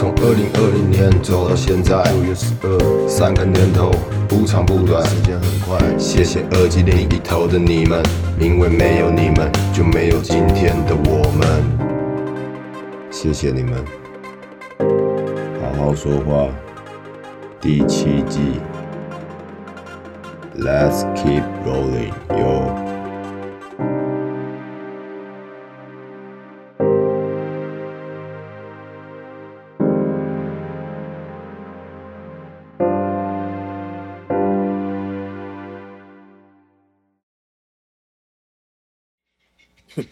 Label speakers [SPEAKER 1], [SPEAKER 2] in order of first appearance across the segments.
[SPEAKER 1] 二零年走到现在，六月十二，三个年头不长不短，时间很快。谢谢耳机另一头的你们，因为没有你们，就没有今天的我们。谢谢你们，好好说话。第七季，Let's keep rolling yo。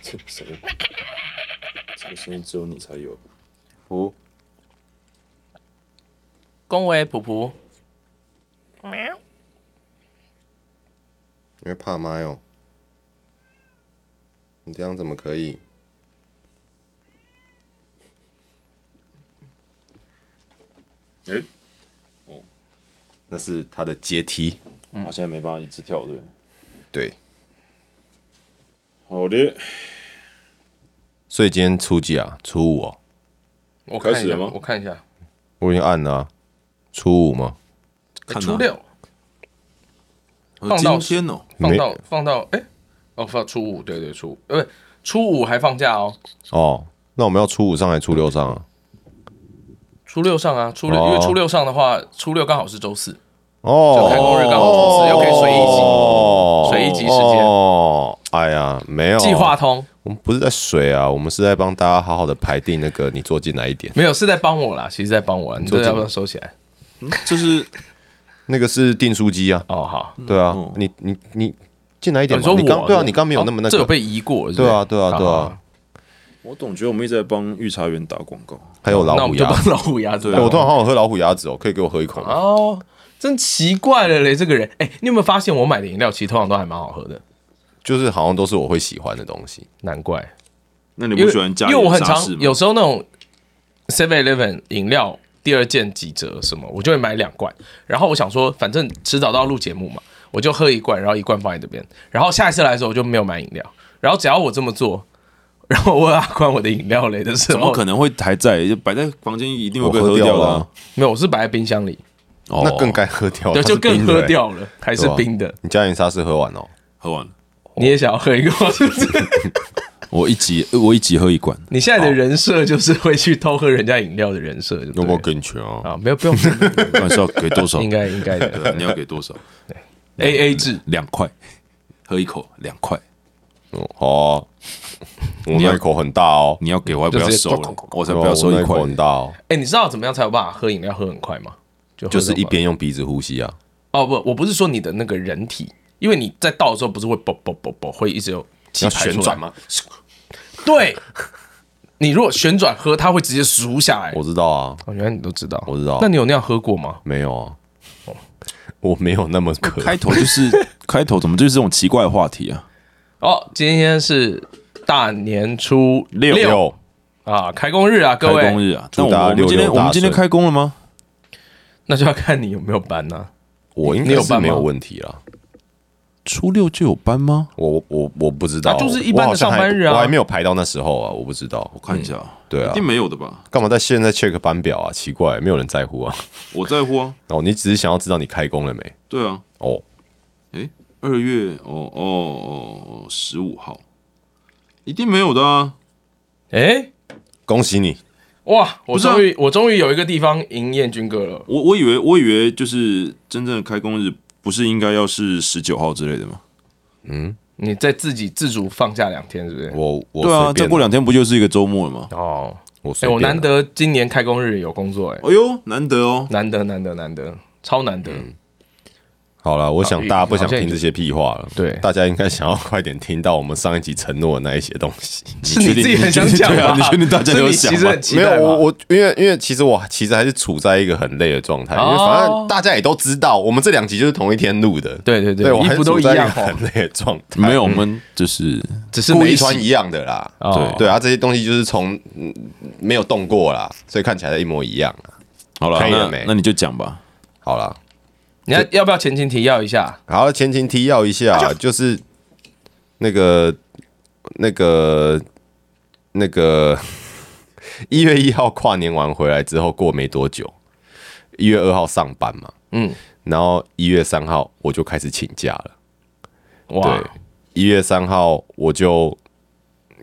[SPEAKER 2] 这个声音， 这个声音只有你才有。哦，
[SPEAKER 3] 恭维普普，
[SPEAKER 1] 因为怕麦哦。你这样怎么可以？
[SPEAKER 2] 哎、
[SPEAKER 1] 那是他的阶梯。
[SPEAKER 2] 我现在没办法一直跳，对不对？
[SPEAKER 1] 对，
[SPEAKER 2] 好的，
[SPEAKER 1] 所以今天初几啊？初五哦，
[SPEAKER 3] 我
[SPEAKER 2] 开
[SPEAKER 3] 看
[SPEAKER 2] 始
[SPEAKER 3] 一下
[SPEAKER 2] 了吗
[SPEAKER 3] 我看一下，
[SPEAKER 1] 我已经按了啊、初五吗？
[SPEAKER 3] 诶
[SPEAKER 4] 看啊
[SPEAKER 3] 哎初六
[SPEAKER 4] 呃
[SPEAKER 3] 放到
[SPEAKER 4] 今天哦，
[SPEAKER 3] 放
[SPEAKER 1] 没
[SPEAKER 3] 到放到哎、哦放初五对对初五，呃不初五还放假哦，
[SPEAKER 1] 哦，那我们要初五上还是初六上啊？
[SPEAKER 3] 初六上啊，初六、
[SPEAKER 1] 哦
[SPEAKER 3] 因为初六上的话，初六刚好是周四，
[SPEAKER 1] 哦，
[SPEAKER 3] 就开工日刚好周四又可以随意集
[SPEAKER 1] 哦，
[SPEAKER 3] 随意集时间
[SPEAKER 1] 哦，哎呀，没有
[SPEAKER 3] 计划，通
[SPEAKER 1] 我们不是在水啊，我们是在帮大家好好的排定那个你坐进来一点，
[SPEAKER 3] 没有是在帮我啦，其实在帮我啦，你这
[SPEAKER 1] 做
[SPEAKER 3] 个
[SPEAKER 1] 这
[SPEAKER 3] 要
[SPEAKER 1] 个
[SPEAKER 3] 不要收起来？
[SPEAKER 4] 这是
[SPEAKER 1] 那个是订书机啊，
[SPEAKER 3] 哦好，
[SPEAKER 1] 对啊
[SPEAKER 4] 嗯，
[SPEAKER 1] 你你你进来一点
[SPEAKER 3] 你
[SPEAKER 1] 嘛，
[SPEAKER 3] 说
[SPEAKER 1] 你刚
[SPEAKER 3] 我
[SPEAKER 1] 对啊，你刚没有那么那
[SPEAKER 3] 哦这有
[SPEAKER 1] 个，
[SPEAKER 3] 被移过，是不
[SPEAKER 1] 对
[SPEAKER 3] 是
[SPEAKER 1] 啊对啊对啊，，
[SPEAKER 2] 我总觉得我们一直在帮御茶园打广告。
[SPEAKER 1] 还有
[SPEAKER 3] 好那
[SPEAKER 1] 老
[SPEAKER 3] 我
[SPEAKER 1] 虎
[SPEAKER 3] 们就
[SPEAKER 1] 牙
[SPEAKER 3] 帮。老虎牙 对啊
[SPEAKER 1] 哎、我突然好想喝老虎牙子哦，可以给我喝一口吗？
[SPEAKER 3] 哦，真奇怪了嘞，这个人，哎、你有没有发现我买的饮料其实通常都还蛮好喝的？
[SPEAKER 1] 就是好像都是我会喜欢的东西。
[SPEAKER 3] 难怪，
[SPEAKER 4] 那你
[SPEAKER 3] 因
[SPEAKER 4] 不
[SPEAKER 3] 为
[SPEAKER 4] 喜欢加
[SPEAKER 3] 因为我很
[SPEAKER 4] 沙
[SPEAKER 3] 常
[SPEAKER 4] 士吗
[SPEAKER 3] 有时候那种 Seven Eleven 饮料第二件几折什么，我就会买两罐，然后我想说反正迟早都要录节目嘛，我就喝一罐，然后一罐放在这边，然后下一次来的时候我就没有买饮料，然后只要我这么做。然后我阿关我的饮料嘞的时
[SPEAKER 4] 怎
[SPEAKER 3] 候
[SPEAKER 4] 么，可能会还在？就摆在房间一定会被
[SPEAKER 1] 我喝
[SPEAKER 4] 掉
[SPEAKER 1] 掉
[SPEAKER 4] 的
[SPEAKER 1] 了
[SPEAKER 4] 啊
[SPEAKER 1] 啊。
[SPEAKER 3] 没有，我是摆在冰箱里，
[SPEAKER 4] 哦
[SPEAKER 1] 那更该喝掉了，
[SPEAKER 3] 对，
[SPEAKER 1] 它
[SPEAKER 3] 就是更
[SPEAKER 1] 冰的
[SPEAKER 3] 喝
[SPEAKER 1] 欸。
[SPEAKER 3] 掉了，还是
[SPEAKER 1] 对啊
[SPEAKER 3] 冰的。
[SPEAKER 1] 你加盐沙士喝完哦，
[SPEAKER 4] 喝完了。
[SPEAKER 3] 你也想要喝一个吗？是不是
[SPEAKER 4] 我一集我一集喝一 罐，
[SPEAKER 3] 你现在的人设就是会去偷喝人家饮料的人设，对不对
[SPEAKER 1] 有没有更全啊？
[SPEAKER 3] 啊？没有，不用，
[SPEAKER 4] 那是要给多少？
[SPEAKER 3] 应该应该的
[SPEAKER 4] 对啊，你要给多少？
[SPEAKER 3] A A 制。
[SPEAKER 4] 两块，喝一口两块。
[SPEAKER 1] 嗯好啊， 我那一口很大哦，
[SPEAKER 4] 你要给我还不要
[SPEAKER 3] 就直接
[SPEAKER 4] 收了，我才不要
[SPEAKER 1] 对啊
[SPEAKER 4] 收
[SPEAKER 1] 我那
[SPEAKER 4] 一
[SPEAKER 1] 一
[SPEAKER 4] 块
[SPEAKER 1] 口。很大哦，
[SPEAKER 3] 哎，你知道怎么样才有办法喝饮料喝很快吗？就喝
[SPEAKER 1] 就是
[SPEAKER 3] 很快
[SPEAKER 1] 一边用鼻子呼吸啊。
[SPEAKER 3] 哦不，我不是说你的那个人体，因为你在倒的时候不是会啵啵啵啵会一直有气
[SPEAKER 1] 要
[SPEAKER 3] 排出来
[SPEAKER 1] 旋转吗？
[SPEAKER 3] 对，你如果旋转喝，它会直接输下来。
[SPEAKER 1] 我知道啊，
[SPEAKER 3] 哦，原来你都知道，
[SPEAKER 1] 我知道
[SPEAKER 3] 那你有那样喝过吗？
[SPEAKER 1] 没有啊，
[SPEAKER 3] 哦
[SPEAKER 1] 我没有那么渴。
[SPEAKER 4] 开头就是 开头，怎么就是这种奇怪的话题啊？
[SPEAKER 3] 哦，今天是大年初
[SPEAKER 1] 六
[SPEAKER 3] 啊，开工日啊，
[SPEAKER 4] 开
[SPEAKER 3] 各位，
[SPEAKER 4] 工日啊！
[SPEAKER 1] 祝
[SPEAKER 4] 但我
[SPEAKER 1] 大
[SPEAKER 4] 们
[SPEAKER 1] 家六
[SPEAKER 4] 我们今天
[SPEAKER 1] 六
[SPEAKER 4] 我
[SPEAKER 1] 大
[SPEAKER 4] 们今天
[SPEAKER 1] 顺
[SPEAKER 4] 开工了吗？
[SPEAKER 3] 那就要看你有没有搬呢、
[SPEAKER 1] 我应
[SPEAKER 3] 你
[SPEAKER 1] 该
[SPEAKER 3] 有
[SPEAKER 1] 是
[SPEAKER 3] 办吗
[SPEAKER 1] 没有问题啦。
[SPEAKER 4] 初六就有班吗？
[SPEAKER 1] 我我我不知道，
[SPEAKER 3] 啊就是一
[SPEAKER 1] 我
[SPEAKER 3] 般的
[SPEAKER 1] 好像还
[SPEAKER 3] 上班日啊
[SPEAKER 1] 我还没有排到那时候啊，我不知道。
[SPEAKER 4] 我看一下啊，
[SPEAKER 1] 对啊
[SPEAKER 4] 一定没有的吧？
[SPEAKER 1] 干嘛在现在 check 班表啊？奇怪，没有人在乎啊。
[SPEAKER 4] 我在乎啊，
[SPEAKER 1] 哦，你只是想要知道你开工了没？
[SPEAKER 4] 对啊，
[SPEAKER 1] 哦，
[SPEAKER 4] 诶，二月哦哦哦，十五号，一定没有的啊！
[SPEAKER 3] 诶。
[SPEAKER 1] 恭喜你，
[SPEAKER 3] 哎哇！我
[SPEAKER 4] 不是啊
[SPEAKER 3] 终于、我终于有一个地方赢燕军哥了。
[SPEAKER 4] 我我以为我以为就是真正的开工日，不是应该要是十九号之类的吗？
[SPEAKER 3] 你在自己自主放假两天，是不是？
[SPEAKER 1] 我我
[SPEAKER 4] 对啊，
[SPEAKER 1] 随便
[SPEAKER 4] 再过两天不就是一个周末了吗？
[SPEAKER 3] 哦，
[SPEAKER 1] 我
[SPEAKER 3] 哎、
[SPEAKER 1] 随
[SPEAKER 3] 我
[SPEAKER 1] 便
[SPEAKER 3] 难得今年开工日有工作、哎，
[SPEAKER 4] 哎呦，难得哦！
[SPEAKER 3] 难得难得难得，超难得。
[SPEAKER 1] 好了，我想大家不想
[SPEAKER 3] 好像已
[SPEAKER 1] 听
[SPEAKER 3] 经
[SPEAKER 1] 这些屁话了。
[SPEAKER 3] 对
[SPEAKER 1] 大家应该想要快点听到我们上一集承诺的那一些东西。
[SPEAKER 3] 是你
[SPEAKER 4] 确定
[SPEAKER 3] 自己很想讲
[SPEAKER 4] 你确定对
[SPEAKER 3] 吧？
[SPEAKER 4] 啊你确定大家
[SPEAKER 3] 是
[SPEAKER 4] 有
[SPEAKER 3] 你
[SPEAKER 4] 想
[SPEAKER 3] 其实
[SPEAKER 4] 吗
[SPEAKER 3] 很期
[SPEAKER 1] 没
[SPEAKER 3] 待
[SPEAKER 1] 有，
[SPEAKER 3] 吧
[SPEAKER 1] 我我因为因为其实我其实还是处在一个很累的状态，因为
[SPEAKER 3] 哦
[SPEAKER 1] 反正大家也都知道，我们这两集就是同一天录的。
[SPEAKER 3] 对对对
[SPEAKER 1] 对，我还
[SPEAKER 3] 衣服
[SPEAKER 1] 是
[SPEAKER 3] 都
[SPEAKER 1] 处
[SPEAKER 3] 一
[SPEAKER 1] 在一个
[SPEAKER 3] 样哦
[SPEAKER 1] 很累的状态。
[SPEAKER 4] 没有，我们就是
[SPEAKER 3] 只是
[SPEAKER 1] 故
[SPEAKER 3] 没
[SPEAKER 1] 意
[SPEAKER 3] 洗
[SPEAKER 1] 穿一样的啦。
[SPEAKER 3] 哦
[SPEAKER 1] 对对啊，这些东西就是从嗯没有动过啦，所以看起来一模一样啊。
[SPEAKER 4] 好了，
[SPEAKER 1] 可以了
[SPEAKER 4] 那
[SPEAKER 1] 没
[SPEAKER 4] 那你就讲吧。
[SPEAKER 1] 好啦，
[SPEAKER 3] 你要要不要前情提要一下？
[SPEAKER 1] 好，前情提要一
[SPEAKER 3] 啊
[SPEAKER 1] 下，就是那个、那个、那个 一月一号跨年完回来之后，过没多久，一月二号上班嘛，
[SPEAKER 3] 嗯，
[SPEAKER 1] 然后一月三号我就开始请假了。
[SPEAKER 3] 哇
[SPEAKER 1] 对，，一月三号我就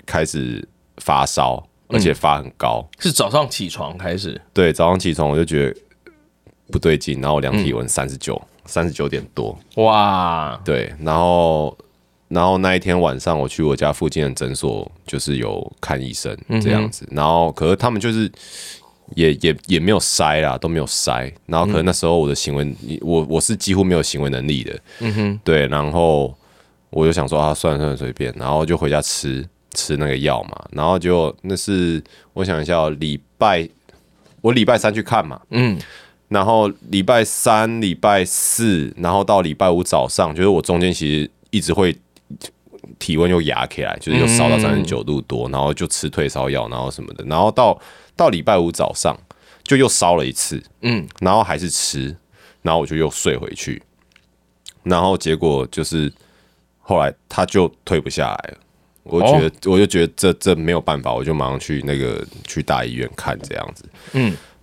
[SPEAKER 1] 开始发烧，
[SPEAKER 3] 嗯
[SPEAKER 1] 而且发很高。
[SPEAKER 3] 是早上起床开始，
[SPEAKER 1] 对，早上起床我就觉得不对劲，然后我量体温三十九，三十九点多。
[SPEAKER 3] 哇，
[SPEAKER 1] 对，然后然后那一天晚上我去我家附近的诊所，就是有看医生这样子。然后可是他们就是也也也没有筛啦，都没有筛。然后可能那时候我的行为，我我是几乎没有行为能力的。嗯哼，对，然后我就想说啊，算了算了，随便，然后就回家吃吃那个药嘛。然后就那是我想一下哦，礼拜我礼拜三去看嘛，
[SPEAKER 3] 嗯，
[SPEAKER 1] 然后礼拜三、礼拜四，然后到礼拜五早上，就是我中间其实一直会体温又压起来，就是又烧到三十九度多，然后就吃退烧药，然后什么的，然后到到礼拜五早上就又烧了一次，
[SPEAKER 3] 嗯，
[SPEAKER 1] 然后还是吃，然后我就又睡回去，然后结果就是后来他就退不下来了。我觉得，我就觉得这这没有办法，我就马上去那个去大医院看这样子。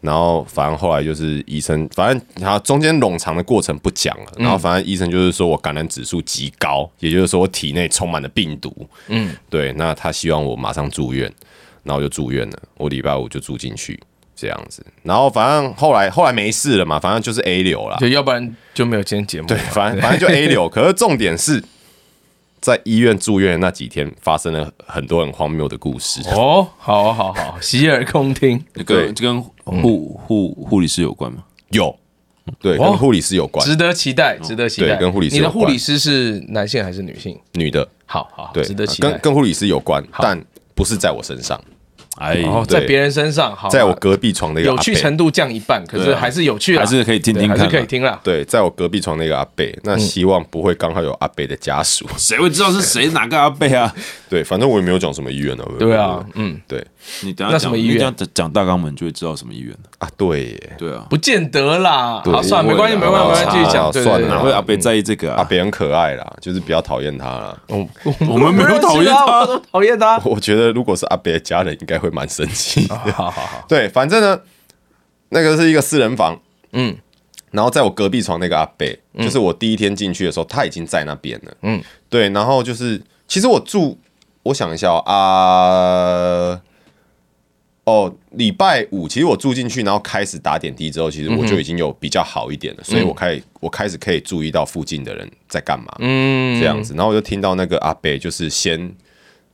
[SPEAKER 1] 然后反正后来就是医生，反正然后中间冗长的过程不讲了，然后反正医生就是说我感染指数极高，也就是说我体内充满了病毒，嗯，对，那他希望我马上住院，然后我就住院了，我礼拜五就住进去这样子，然后反正后来后来没事了嘛，反正就是 A 流啦，
[SPEAKER 3] 就要不然就没有今天节目了。
[SPEAKER 1] 对，反正反正就 A 流，可是重点是在医院住院的那几天发生了很多很荒谬的故事，
[SPEAKER 3] 哦，好好好， 洗耳恭听。
[SPEAKER 4] 那个
[SPEAKER 1] 对
[SPEAKER 4] 这跟护护护理师有关吗？
[SPEAKER 1] 有，对，
[SPEAKER 3] 哦
[SPEAKER 1] 跟护理师有关，
[SPEAKER 3] 值得期待，值得期待。
[SPEAKER 1] 对跟护理师
[SPEAKER 3] 你的
[SPEAKER 1] 有
[SPEAKER 3] 护
[SPEAKER 1] 关
[SPEAKER 3] 理师是男性还是女性？
[SPEAKER 1] 女的。
[SPEAKER 3] 好好，
[SPEAKER 1] 对，
[SPEAKER 3] 值得期待。
[SPEAKER 1] 跟跟护理师有关，但不是在我身上，
[SPEAKER 4] 哎，
[SPEAKER 3] 哦，在
[SPEAKER 1] 对
[SPEAKER 3] 别人身上，好，
[SPEAKER 1] 在我隔壁床的一个
[SPEAKER 3] 有
[SPEAKER 1] 阿
[SPEAKER 3] 趣
[SPEAKER 1] 贝。
[SPEAKER 3] 程度降一半，可是
[SPEAKER 4] 对啊
[SPEAKER 3] 还是有趣啦，
[SPEAKER 4] 还是可以听
[SPEAKER 3] 对
[SPEAKER 4] 听
[SPEAKER 3] 还
[SPEAKER 4] 看
[SPEAKER 3] 是
[SPEAKER 4] 啊，
[SPEAKER 3] 可以听啦。
[SPEAKER 1] 对，在我隔壁床那个阿贝，那
[SPEAKER 3] 嗯
[SPEAKER 1] 希望不会刚好有阿贝的家属。
[SPEAKER 4] 谁会知道是谁哪个阿贝啊？
[SPEAKER 1] 对，反正我也没有讲什么医院啊。
[SPEAKER 3] 对啊，嗯，
[SPEAKER 1] 对
[SPEAKER 4] 你等一
[SPEAKER 3] 那
[SPEAKER 4] 下
[SPEAKER 3] 什
[SPEAKER 4] 讲
[SPEAKER 3] 么医
[SPEAKER 4] 你
[SPEAKER 3] 院
[SPEAKER 4] 这样讲讲大纲，本就会知道什么医院了。
[SPEAKER 1] 啊，对耶，
[SPEAKER 4] 对啊，
[SPEAKER 3] 不见得啦。
[SPEAKER 1] 对
[SPEAKER 3] 好，算了，没关系，
[SPEAKER 1] 因
[SPEAKER 3] 没
[SPEAKER 1] 为
[SPEAKER 3] 关
[SPEAKER 1] 我
[SPEAKER 3] 系，没关系，继续讲。
[SPEAKER 1] 啊
[SPEAKER 3] 对
[SPEAKER 1] 算了
[SPEAKER 3] 对对
[SPEAKER 4] 哪会阿贝在意这个
[SPEAKER 1] 阿
[SPEAKER 4] 啊？
[SPEAKER 1] 贝很可爱啦，就是比较讨厌他啦。
[SPEAKER 3] 哦
[SPEAKER 4] 我们没有讨厌他
[SPEAKER 3] 我不认识我都讨厌他。
[SPEAKER 1] 我觉得如果是阿贝的家人，应该会蛮生气的。
[SPEAKER 3] 好好好，
[SPEAKER 1] 对，反正呢，那个是一个四人房，
[SPEAKER 3] 嗯
[SPEAKER 1] 嗯，然后在我隔壁床那个阿贝，就是我第一天进去的时候，他已经在那边了，
[SPEAKER 3] 嗯
[SPEAKER 1] 嗯，对，然后就是其实我住，我想一下哦啊、哦，礼拜五其实我住进去，然后开始打点滴之后，其实我就已经有比较好一点了，所以我开我开始可以注意到附近的人在干嘛，
[SPEAKER 3] 嗯，
[SPEAKER 1] 这样子。然后我就听到那个阿贝就是先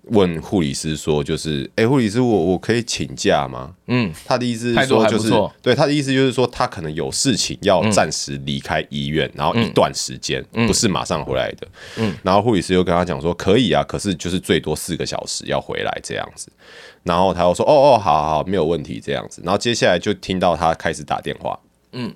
[SPEAKER 1] 问护理师说，就是哎，诶护、理师我我可以请假吗？
[SPEAKER 3] 嗯，
[SPEAKER 1] 他的意思
[SPEAKER 3] 态
[SPEAKER 1] 是
[SPEAKER 3] 度
[SPEAKER 1] 说
[SPEAKER 3] 还不
[SPEAKER 1] 就是
[SPEAKER 3] 错嗯
[SPEAKER 1] 对他的意思就是说他可能有事情要暂时离开医院，然后一段时间、不是马上回来的。嗯，然后护理师又跟他讲说可以啊，可是就是最多四个小时要回来这样子。然后他又说哦哦，好好好，没有问题这样子。然后接下来就听到他开始打电话，嗯，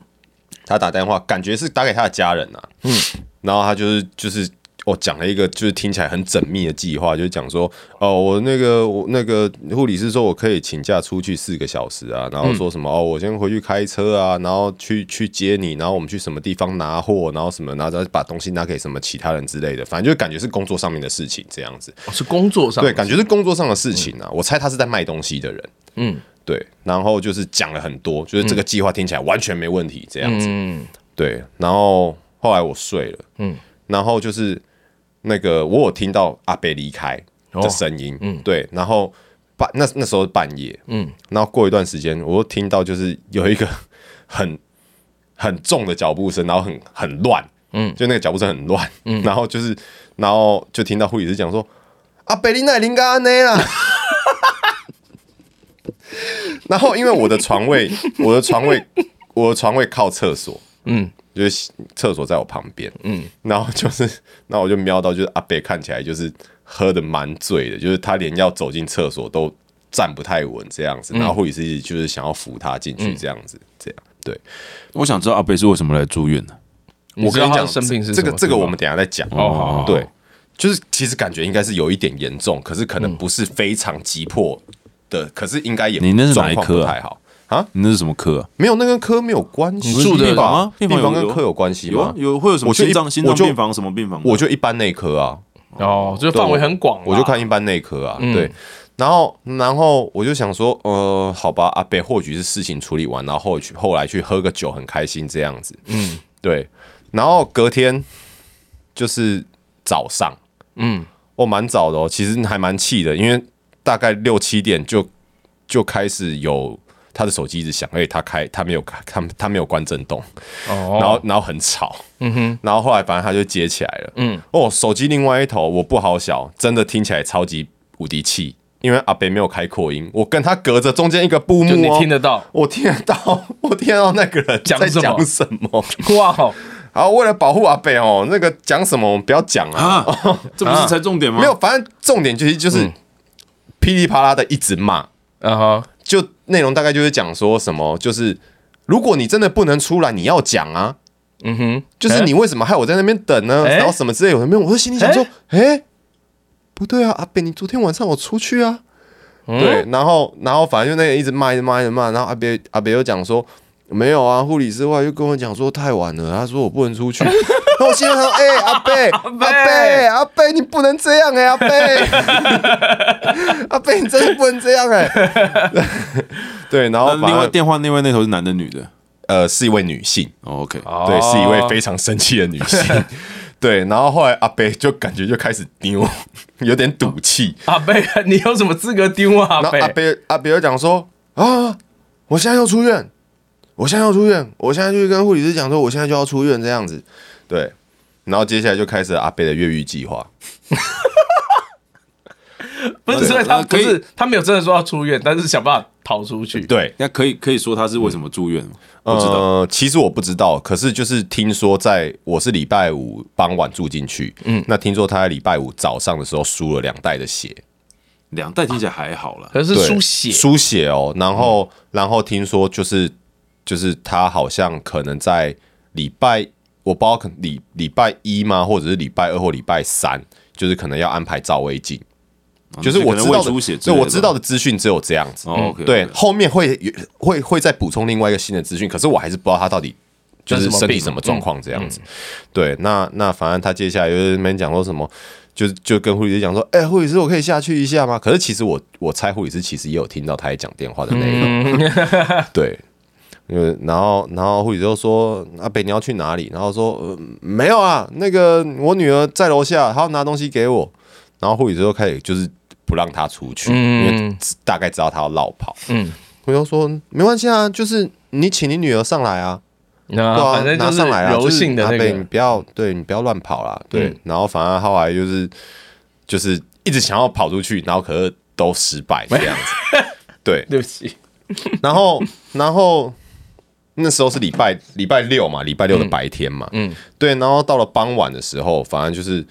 [SPEAKER 1] 他打电话感觉是打给他的家人啊，嗯，然后他就是就是我讲了一个就是听起来很缜密的计划，就是讲说哦，我那个我那个护理师说我可以请假出去四个小时啊，然后说什么、哦，我先回去开车啊，然后去去接你，然后我们去什么地方拿货，然后什么，然后再把东西拿给什么其他人之类的，反正就感觉是工作上面的事情这样子。
[SPEAKER 3] 哦是工作上
[SPEAKER 1] 对，感觉是工作上的事情啊。我猜他是在卖东西的人，
[SPEAKER 3] 嗯
[SPEAKER 1] 嗯，对。然后就是讲了很多，就是这个计划听起来完全没问题，这样子，
[SPEAKER 3] 嗯
[SPEAKER 1] 对。然后后来我睡了，
[SPEAKER 3] 嗯
[SPEAKER 1] 嗯，然后就是那个我有听到阿北离开的声音，嗯，对。然后半那那时候是半夜，
[SPEAKER 3] 嗯
[SPEAKER 1] 嗯，然后过一段时间，我又听到就是有一个 很很重的脚步声，然后很很乱，嗯，就那个脚步声很乱，嗯，然后就是然后就听到护理师讲说。阿北你奶林嘎安内啦。 然后因为我的床 位，我的床位，我的床位靠厕所，
[SPEAKER 3] 嗯
[SPEAKER 1] 嗯，就是厕所在我旁边，嗯，然后就是，那我就瞄到，就是阿北看起来就是喝的蛮醉的，就是他连要走进厕所都站不太稳这样子，然后护理师一直就是想要扶他进去这样子，这样对。
[SPEAKER 4] 我想知道阿贝是为什么来住院的。
[SPEAKER 1] 我跟
[SPEAKER 3] 你知道
[SPEAKER 1] 你
[SPEAKER 3] 他的
[SPEAKER 1] 讲，
[SPEAKER 3] 生病是
[SPEAKER 1] 这
[SPEAKER 3] 什
[SPEAKER 1] 个
[SPEAKER 3] 么
[SPEAKER 1] 这个我们等一下再讲。
[SPEAKER 4] 哦好好好
[SPEAKER 1] 对，就是其实感觉应该是有一点严重，可是可能不是非常急迫的，可是应该也
[SPEAKER 4] 嗯你那是哪
[SPEAKER 1] 状
[SPEAKER 4] 一
[SPEAKER 1] 况不
[SPEAKER 4] 科啊
[SPEAKER 1] 太好，
[SPEAKER 4] 你那是什么科啊？
[SPEAKER 1] 没有那跟科没有关系，
[SPEAKER 3] 你住的
[SPEAKER 1] 病房
[SPEAKER 4] 病
[SPEAKER 1] 病
[SPEAKER 4] 房有
[SPEAKER 1] 房跟科有关系
[SPEAKER 4] 有啊
[SPEAKER 1] 吗？
[SPEAKER 4] 有会有什么
[SPEAKER 1] 我就一
[SPEAKER 4] 心脏心脏
[SPEAKER 1] 我就
[SPEAKER 4] 病房什么病房？
[SPEAKER 1] 我就一般内科啊，
[SPEAKER 3] 哦，就是范围很广啦，
[SPEAKER 1] 我就看一般内科啊，对。然后，然后我就想说，呃，好吧，阿北或许是事情处理完，然后去后来去喝个酒，很开心这样子。嗯，对。然后隔天就是早上，嗯，我蛮早的哦，其实还蛮气的，因为大概六七点就就开始有他的手机一直响，而且他开他没有开他他没有关震动，然
[SPEAKER 3] 哦，
[SPEAKER 1] 后然后很吵，嗯哼，然后后来反正他就接起来了，嗯，哦，手机另外一头我不好小，真的听起来超级无敌气，因为阿北没有开扩音，我跟他隔着中间一个布幕、
[SPEAKER 3] 就
[SPEAKER 1] 哦，
[SPEAKER 3] 你听得到，
[SPEAKER 1] 我听得到， 我听得到那个人
[SPEAKER 3] 讲
[SPEAKER 1] 在
[SPEAKER 3] 什么
[SPEAKER 1] 讲什么。
[SPEAKER 3] 哇哦，
[SPEAKER 1] 然后为了保护阿北哦，那个讲什么我们不要讲啊，
[SPEAKER 4] 啊，这不是才重点吗？
[SPEAKER 1] 没有，反正重点就是就是噼里啪啦的一直骂，
[SPEAKER 3] 嗯哼，
[SPEAKER 1] 就内容大概就是讲说什么，就是如果你真的不能出来，你要讲啊，
[SPEAKER 3] 嗯哼，
[SPEAKER 1] 就是你为什么害我在那边等呢？
[SPEAKER 3] 哎
[SPEAKER 1] 然后什么之类的，我没有，我就心里想说，哎、不对啊，阿北，你昨天晚上我出去啊，对，然后然后反正就那个一直骂，一直骂，一直骂，然后阿北阿北又讲说。没有啊，护理师后来就跟我讲说太晚了，他说我不能出去。那我心里想，哎、阿贝，阿
[SPEAKER 3] 伯
[SPEAKER 1] 贝，阿贝，你不能这样哎、阿贝， 阿贝，你真的不能这样哎、 对，然后
[SPEAKER 4] 那
[SPEAKER 1] 反
[SPEAKER 4] 另外
[SPEAKER 1] 正
[SPEAKER 4] 电话另外那头是男的女的
[SPEAKER 1] 呃是一位女性，
[SPEAKER 4] 哦？OK，
[SPEAKER 3] 哦
[SPEAKER 1] 对，是一位非常生气的女性。 对，然后后来阿北就感觉就开始丢， 有点赌气。
[SPEAKER 3] 阿贝， 你有什么资格丢啊？
[SPEAKER 1] 然后
[SPEAKER 3] 哦贝
[SPEAKER 1] 阿，北阿北就讲说啊，我现在要出院，我现在要出院，我现在就去跟护理师讲说，我现在就要出院这样子。对，然后接下来就开始阿北的越狱计划。
[SPEAKER 3] 不是，所以他
[SPEAKER 4] 那
[SPEAKER 3] 不
[SPEAKER 4] 可以
[SPEAKER 3] 是他没有真的说要出院，但是想办法逃出去。
[SPEAKER 1] 对，
[SPEAKER 4] 那可以可以说他是为什么住院吗？不知道，
[SPEAKER 1] 呃，其实我不知道，可是就是听说在我是礼拜五傍晚住进去，嗯，那听说他在礼拜五早上的时候输了两袋的血，
[SPEAKER 4] 两代听起来还好啦。
[SPEAKER 3] 可是
[SPEAKER 1] 对
[SPEAKER 3] 输血，
[SPEAKER 1] 输血哦。然后，然后听说就是就是他好像可能在礼拜，我不知道可礼礼拜一吗，或者是礼拜二或礼拜三，就是可能要安排照胃镜。
[SPEAKER 4] 啊
[SPEAKER 1] 哦就是我
[SPEAKER 4] 可能
[SPEAKER 1] 知道
[SPEAKER 4] 胃出
[SPEAKER 1] 的
[SPEAKER 4] 血，
[SPEAKER 1] 对，我知道
[SPEAKER 4] 的。
[SPEAKER 1] 的资讯只有这样子。
[SPEAKER 4] 哦，OK，
[SPEAKER 1] 对，
[SPEAKER 4] OK
[SPEAKER 1] 后面会会会再补充另外一个新的资讯，可是我还是不知道他到底就是身体什么嗯状况这样子。对，那那反正他接下来就是没讲说什么，就就跟护理师讲说，哎、护理师，我可以下去一下吗？可是其实我我猜护理师其实也有听到他在讲电话的内容， 对。因为然后然后护理师就说阿北你要去哪里？然后说、呃、没有啊，那个我女儿在楼下，她要拿东西给我。然后护理师就开始就是不让他出去，因为大概知道他要绕跑。嗯，我就说没关系啊，就是你请你女儿上来啊，
[SPEAKER 3] 那
[SPEAKER 1] 对啊，
[SPEAKER 3] 反正就
[SPEAKER 1] 拿
[SPEAKER 3] 是
[SPEAKER 1] 上来啊，
[SPEAKER 3] 柔
[SPEAKER 1] 就是
[SPEAKER 3] 性的
[SPEAKER 1] 阿
[SPEAKER 3] 那
[SPEAKER 1] 贝你
[SPEAKER 3] 个，
[SPEAKER 1] 不要对你不要乱跑啦，对。
[SPEAKER 3] 嗯
[SPEAKER 1] 然后反而后来就是就是一直想要跑出去，然后可是都失败这样子。 对，
[SPEAKER 3] 对不起，
[SPEAKER 1] 然后然后那时候是礼拜礼拜六嘛，礼拜六的白天嘛，嗯，对，然后到了傍晚的时候，反正就是